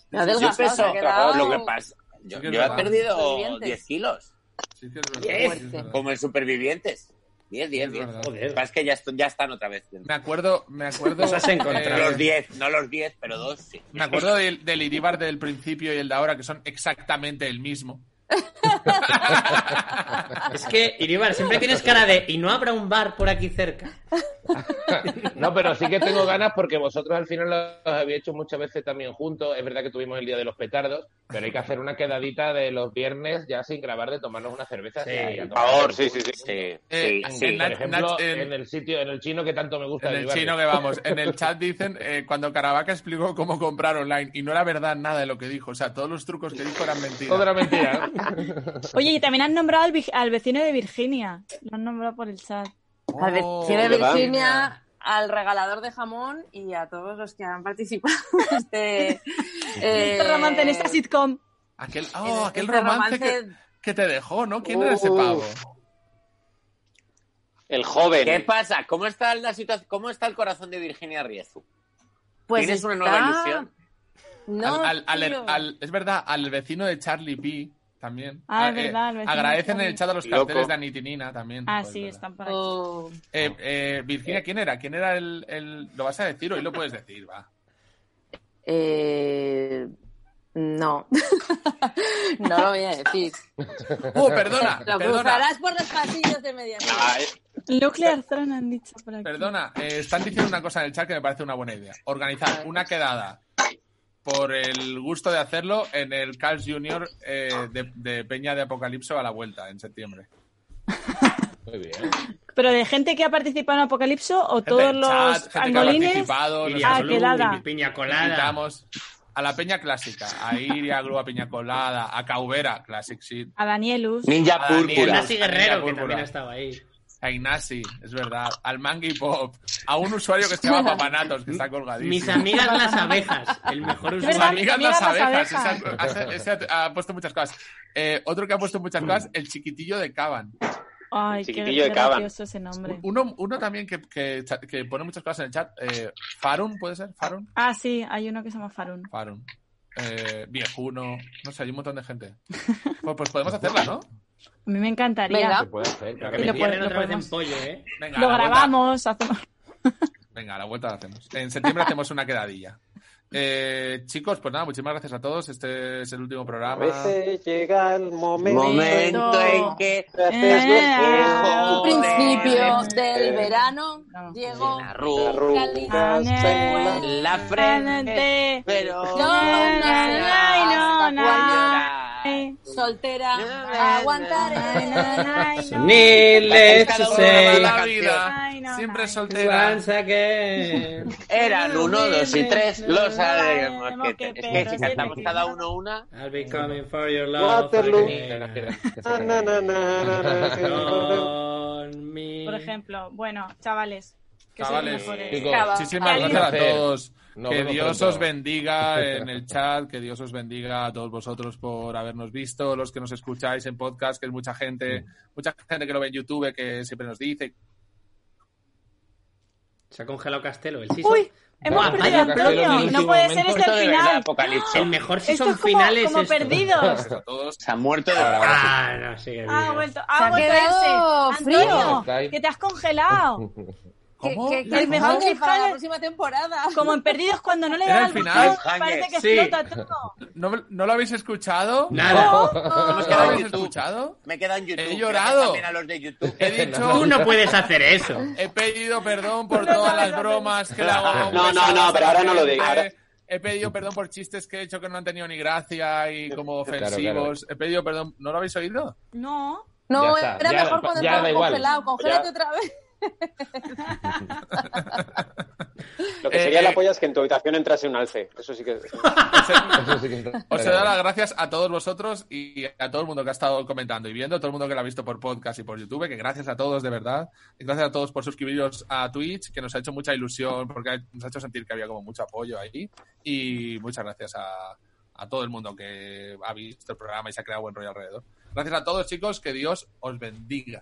H: Me ha adelgazado,
E: yo peso,
H: se ha quedado-
E: lo que pasa, yo,
A: Sí que es
E: yo he
A: verdad.
E: perdido
H: Supervivientes.
E: 10 kilos,
A: Sí, sí, es verdad,
H: Yes.
A: sí, es verdad.
E: como en Supervivientes. 10, 10,
A: Es
E: 10.
A: verdad.
E: Lo que pasa es que ya, est- ya están otra vez.
A: Me acuerdo, me acuerdo.
B: Nos has encontrado.
A: eh,
E: los 10, no los 10, pero dos sí.
A: me acuerdo del, del Iribar del principio y el de ahora, que son exactamente el mismo.
B: Es que, Iribar, siempre tienes cara de y no habrá un bar por aquí cerca.
F: No, pero sí que tengo ganas porque vosotros al final los habéis hecho muchas veces también juntos. Es verdad que tuvimos el día de los petardos, pero hay que hacer una quedadita de los viernes ya sin grabar de tomarnos una cerveza.
B: Sí,
F: y a
B: por
F: tomar
C: favor,
F: por
C: sí,
F: culo.
C: sí,
E: Sí,
A: Eh,
E: sí,
F: Sí,
A: en
F: por
A: Nach-
F: ejemplo,
A: Nach- en-
F: en el sitio, en el chino que tanto me gusta.
A: En
F: de
A: el
F: mi barrio.
A: chino que vamos. En el chat dicen, eh, cuando Caravaca explicó cómo comprar online, y no era verdad nada de lo que dijo. O sea, todos los trucos que dijo eran
F: Todo
A: mentiras.
F: era mentira.
D: Oye, y también han nombrado al, vi- al vecino de Virginia. Lo han nombrado por el chat.
C: Eh,
H: A ver,
A: Oh,
H: tiene
C: ¿verdad?
H: Virginia al regalador de jamón y a todos los que han participado en este eh,
D: Romance en esta sitcom.
A: Aquel,
H: en
A: oh, aquel
H: este
A: romance que, que te dejó, ¿no? ¿Quién era ese
C: Uh.
A: pavo?
C: El joven.
E: ¿Qué pasa? ¿Cómo está la situación? ¿Cómo está el corazón de Virginia Riezu?
H: pues
E: ¿Tienes una
H: está-
E: nueva ilusión?
H: No,
A: Al- al- al-
H: tío.
A: al- es verdad, al vecino de Charlie P. También. eh,
D: Ah, es verdad, el vecino
A: agradecen
D: de
A: en el chat a los
C: Charlie.
A: carteles
C: Loco.
A: de Anitinina también.
D: Ah,
A: Joder,
D: sí,
A: verdad.
D: están por aquí.
H: Oh.
A: Eh, eh, Virginia, ¿quién era? ¿Quién era el, el- ¿Lo vas a decir? Hoy lo puedes decir, va.
H: Eh, no. no lo voy a decir.
A: ¡Uh, perdona! perdona,
H: Lo cruzarás por los pasillos de medianoche.
C: Ah, eh,
D: Nuclear Throne han dicho por aquí.
A: perdona. eh, están diciendo una cosa en el chat que me parece una buena idea. Organizar una quedada por el gusto de hacerlo en el Carl Junior eh, de, de Peña de Apocalipso a la vuelta en septiembre.
F: Muy bien.
D: ¿Pero de gente que ha participado en Apocalipso o
A: Gente
D: todos
A: del
D: los
A: chat, gente que ha
D: angolines?
A: participado,
B: Iria
D: Ah,
A: nosotros
B: Blue,
D: quedada.
B: Piña colada.
A: invitamos a la Peña Clásica, a Iria Grúa Peña Colada, a Caubera, Classic Shit,
D: A Danielus.
E: Ninja
A: Ah,
E: Púrpura.
A: Daniela.
B: Nasi
A: Piña
B: Guerrero, que
A: Púrpura.
B: también ha estado ahí.
A: a Ignasi, es verdad, al Mangy Pop, a un usuario que se llama Papanatos, que está colgadísimo.
B: Mis amigas las abejas, el mejor
D: Es
A: Sus
D: verdad,
B: usuario.
A: amigas las
D: amigas las
A: abejas,
D: abejas.
A: ese ha- ese- ese ha, ha puesto muchas cosas. Eh, otro que ha puesto muchas cosas, el chiquitillo de Caban.
D: Ay, qué
C: Chiquitillo de
D: qué
C: Caban.
D: gracioso ese nombre.
A: Uno, uno también que, que cha- que pone muchas cosas en el chat, eh, Farun, ¿puede ser? Farun.
D: Ah, sí, hay uno que se llama Farun.
A: Farun. Eh, viejuno, no sé, hay un montón de gente. Pues, pues podemos hacerla, ¿no?
D: A mí me encantaría.
H: Venga.
F: Se puede hacer, claro
B: Que
F: que
D: Y
B: me
D: lo
F: sí.
D: puede-
B: cierren otra vez en
D: podemos.
B: pollo, ¿eh?
A: Venga,
D: Lo
A: a la vuelta.
D: grabamos, hacemos...
A: Venga, a la vuelta la hacemos. En septiembre hacemos una quedadilla. Eh, chicos, pues nada, muchísimas gracias a todos. Este es el último
C: a
A: programa.
C: veces llega el momento.
E: Momento en que
C: Te haces
D: Eh,
C: viejo.
H: Al principio
E: Joder.
A: Eh.
H: del verano
D: No.
H: llegó
E: arrugas
C: Arrugas en la-
E: la frente, pero
H: No, no será
D: Ay, no,
E: hasta
D: Ay.
H: soltera
E: No,
H: para
D: Ay,
H: aguantar.
D: no, no, ay, no.
B: Needless
E: Cada
B: to
E: uno
B: say,
E: graba
A: La vida,
D: Ay, no,
A: siempre
D: no.
A: soltera.
B: once again.
E: Eran uno, dos y tres, lo sabemos.
D: Sabemos
E: que-
D: que
E: es que si
D: pero
E: cantamos
D: sí,
E: cada
D: sí.
E: uno una,
B: I'll be coming for your love.
C: Waterloo.
B: again.
C: Na, na, na, na, na, na, na.
B: Con mi-
D: Por ejemplo, bueno, chavales. Que sois
A: Chavales,
D: los mejores.
F: chicos,
A: muchísimas
D: Adiós.
A: gracias a todos.
F: Nos
A: que
F: vemos
A: Dios
F: pronto.
A: os bendiga en el chat, que Dios os bendiga a todos vosotros por habernos visto, los que nos escucháis en podcast, que es mucha gente, mucha gente que lo ve en YouTube, que siempre nos dice,
B: Se ha congelado Castelo. El season.
D: Uy, hemos
B: Buah,
D: perdido a
B: vaya pelo en el
D: Antonio. No
F: último
D: puede ser,
F: momento,
D: es el
E: de verdad,
D: final.
E: apocalipsis.
B: El mejor
D: Esto
B: season
D: es como,
B: final es
D: como
B: esto.
D: perdidos.
A: a todos.
E: se ha muerto de
B: Ah, no, sigue vivo.
D: Ha vuelto,
H: Se
D: ha
H: ha
D: vuelto
H: quedado
D: ese.
H: frío.
D: Antonio, que te has congelado.
A: ¿Cómo?
H: Que- que- que
D: El
H: el
D: mejor
H: mejor
D: cliffhanger.
H: para la próxima temporada.
D: Como en perdidos cuando no le
A: Era
D: das
A: el
D: al
A: final.
D: botón, parece que
B: Sí.
D: explota todo. Oh,
A: ¿No, me- no lo habéis escuchado?
B: Nada.
E: Hemos
A: ¿No lo
E: quedado en
A: habéis
E: YouTube.
A: escuchado?
E: Me he quedado en YouTube.
A: He
E: Gracias
A: llorado.
E: También a los de YouTube.
A: He
B: Tú
A: dicho,
B: no puedes hacer eso.
A: he pedido perdón por todas las bromas que le hago.
C: No, no, no, pero ahora no lo diga, ahora-
A: He pedido perdón por chistes que he hecho que no han tenido ni gracia y como
F: claro.
A: ofensivos. He pedido perdón. ¿No lo habéis oído?
D: No.
H: No,
F: Ya está,
H: era
F: ya,
H: mejor cuando
F: ya da
H: estaba
F: igual.
H: congelado. Congélate
C: Ya.
H: otra vez.
C: Lo que
A: Eh,
C: sería
A: eh.
C: la polla es que en tu habitación entrase un alce. Eso sí que.
F: Eso sí que está-
A: Os he dado las gracias a todos vosotros y a todo el mundo que ha estado comentando y viendo, a todo el mundo que lo ha visto por podcast y por YouTube, que gracias a todos de verdad. Y gracias a todos por suscribiros a Twitch, que nos ha hecho mucha ilusión porque ha- nos ha hecho sentir que había como mucho apoyo ahí. Y muchas gracias a, a todo el mundo que ha visto el programa y se ha creado buen rollo alrededor. Gracias a todos chicos, que Dios os bendiga.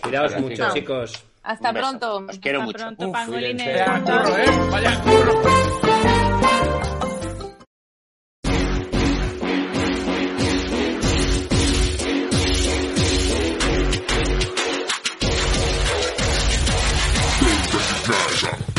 B: Cuidaos
F: Gracias,
B: mucho,
F: chicos.
B: chicos.
H: Hasta
E: Un beso.
H: pronto.
E: Os quiero
D: Hasta
E: mucho.
D: pronto,
F: Uf,
D: pangolines.
F: cuídense.
A: Vaya curro, ¿eh? Vaya curro.
I: Gaza.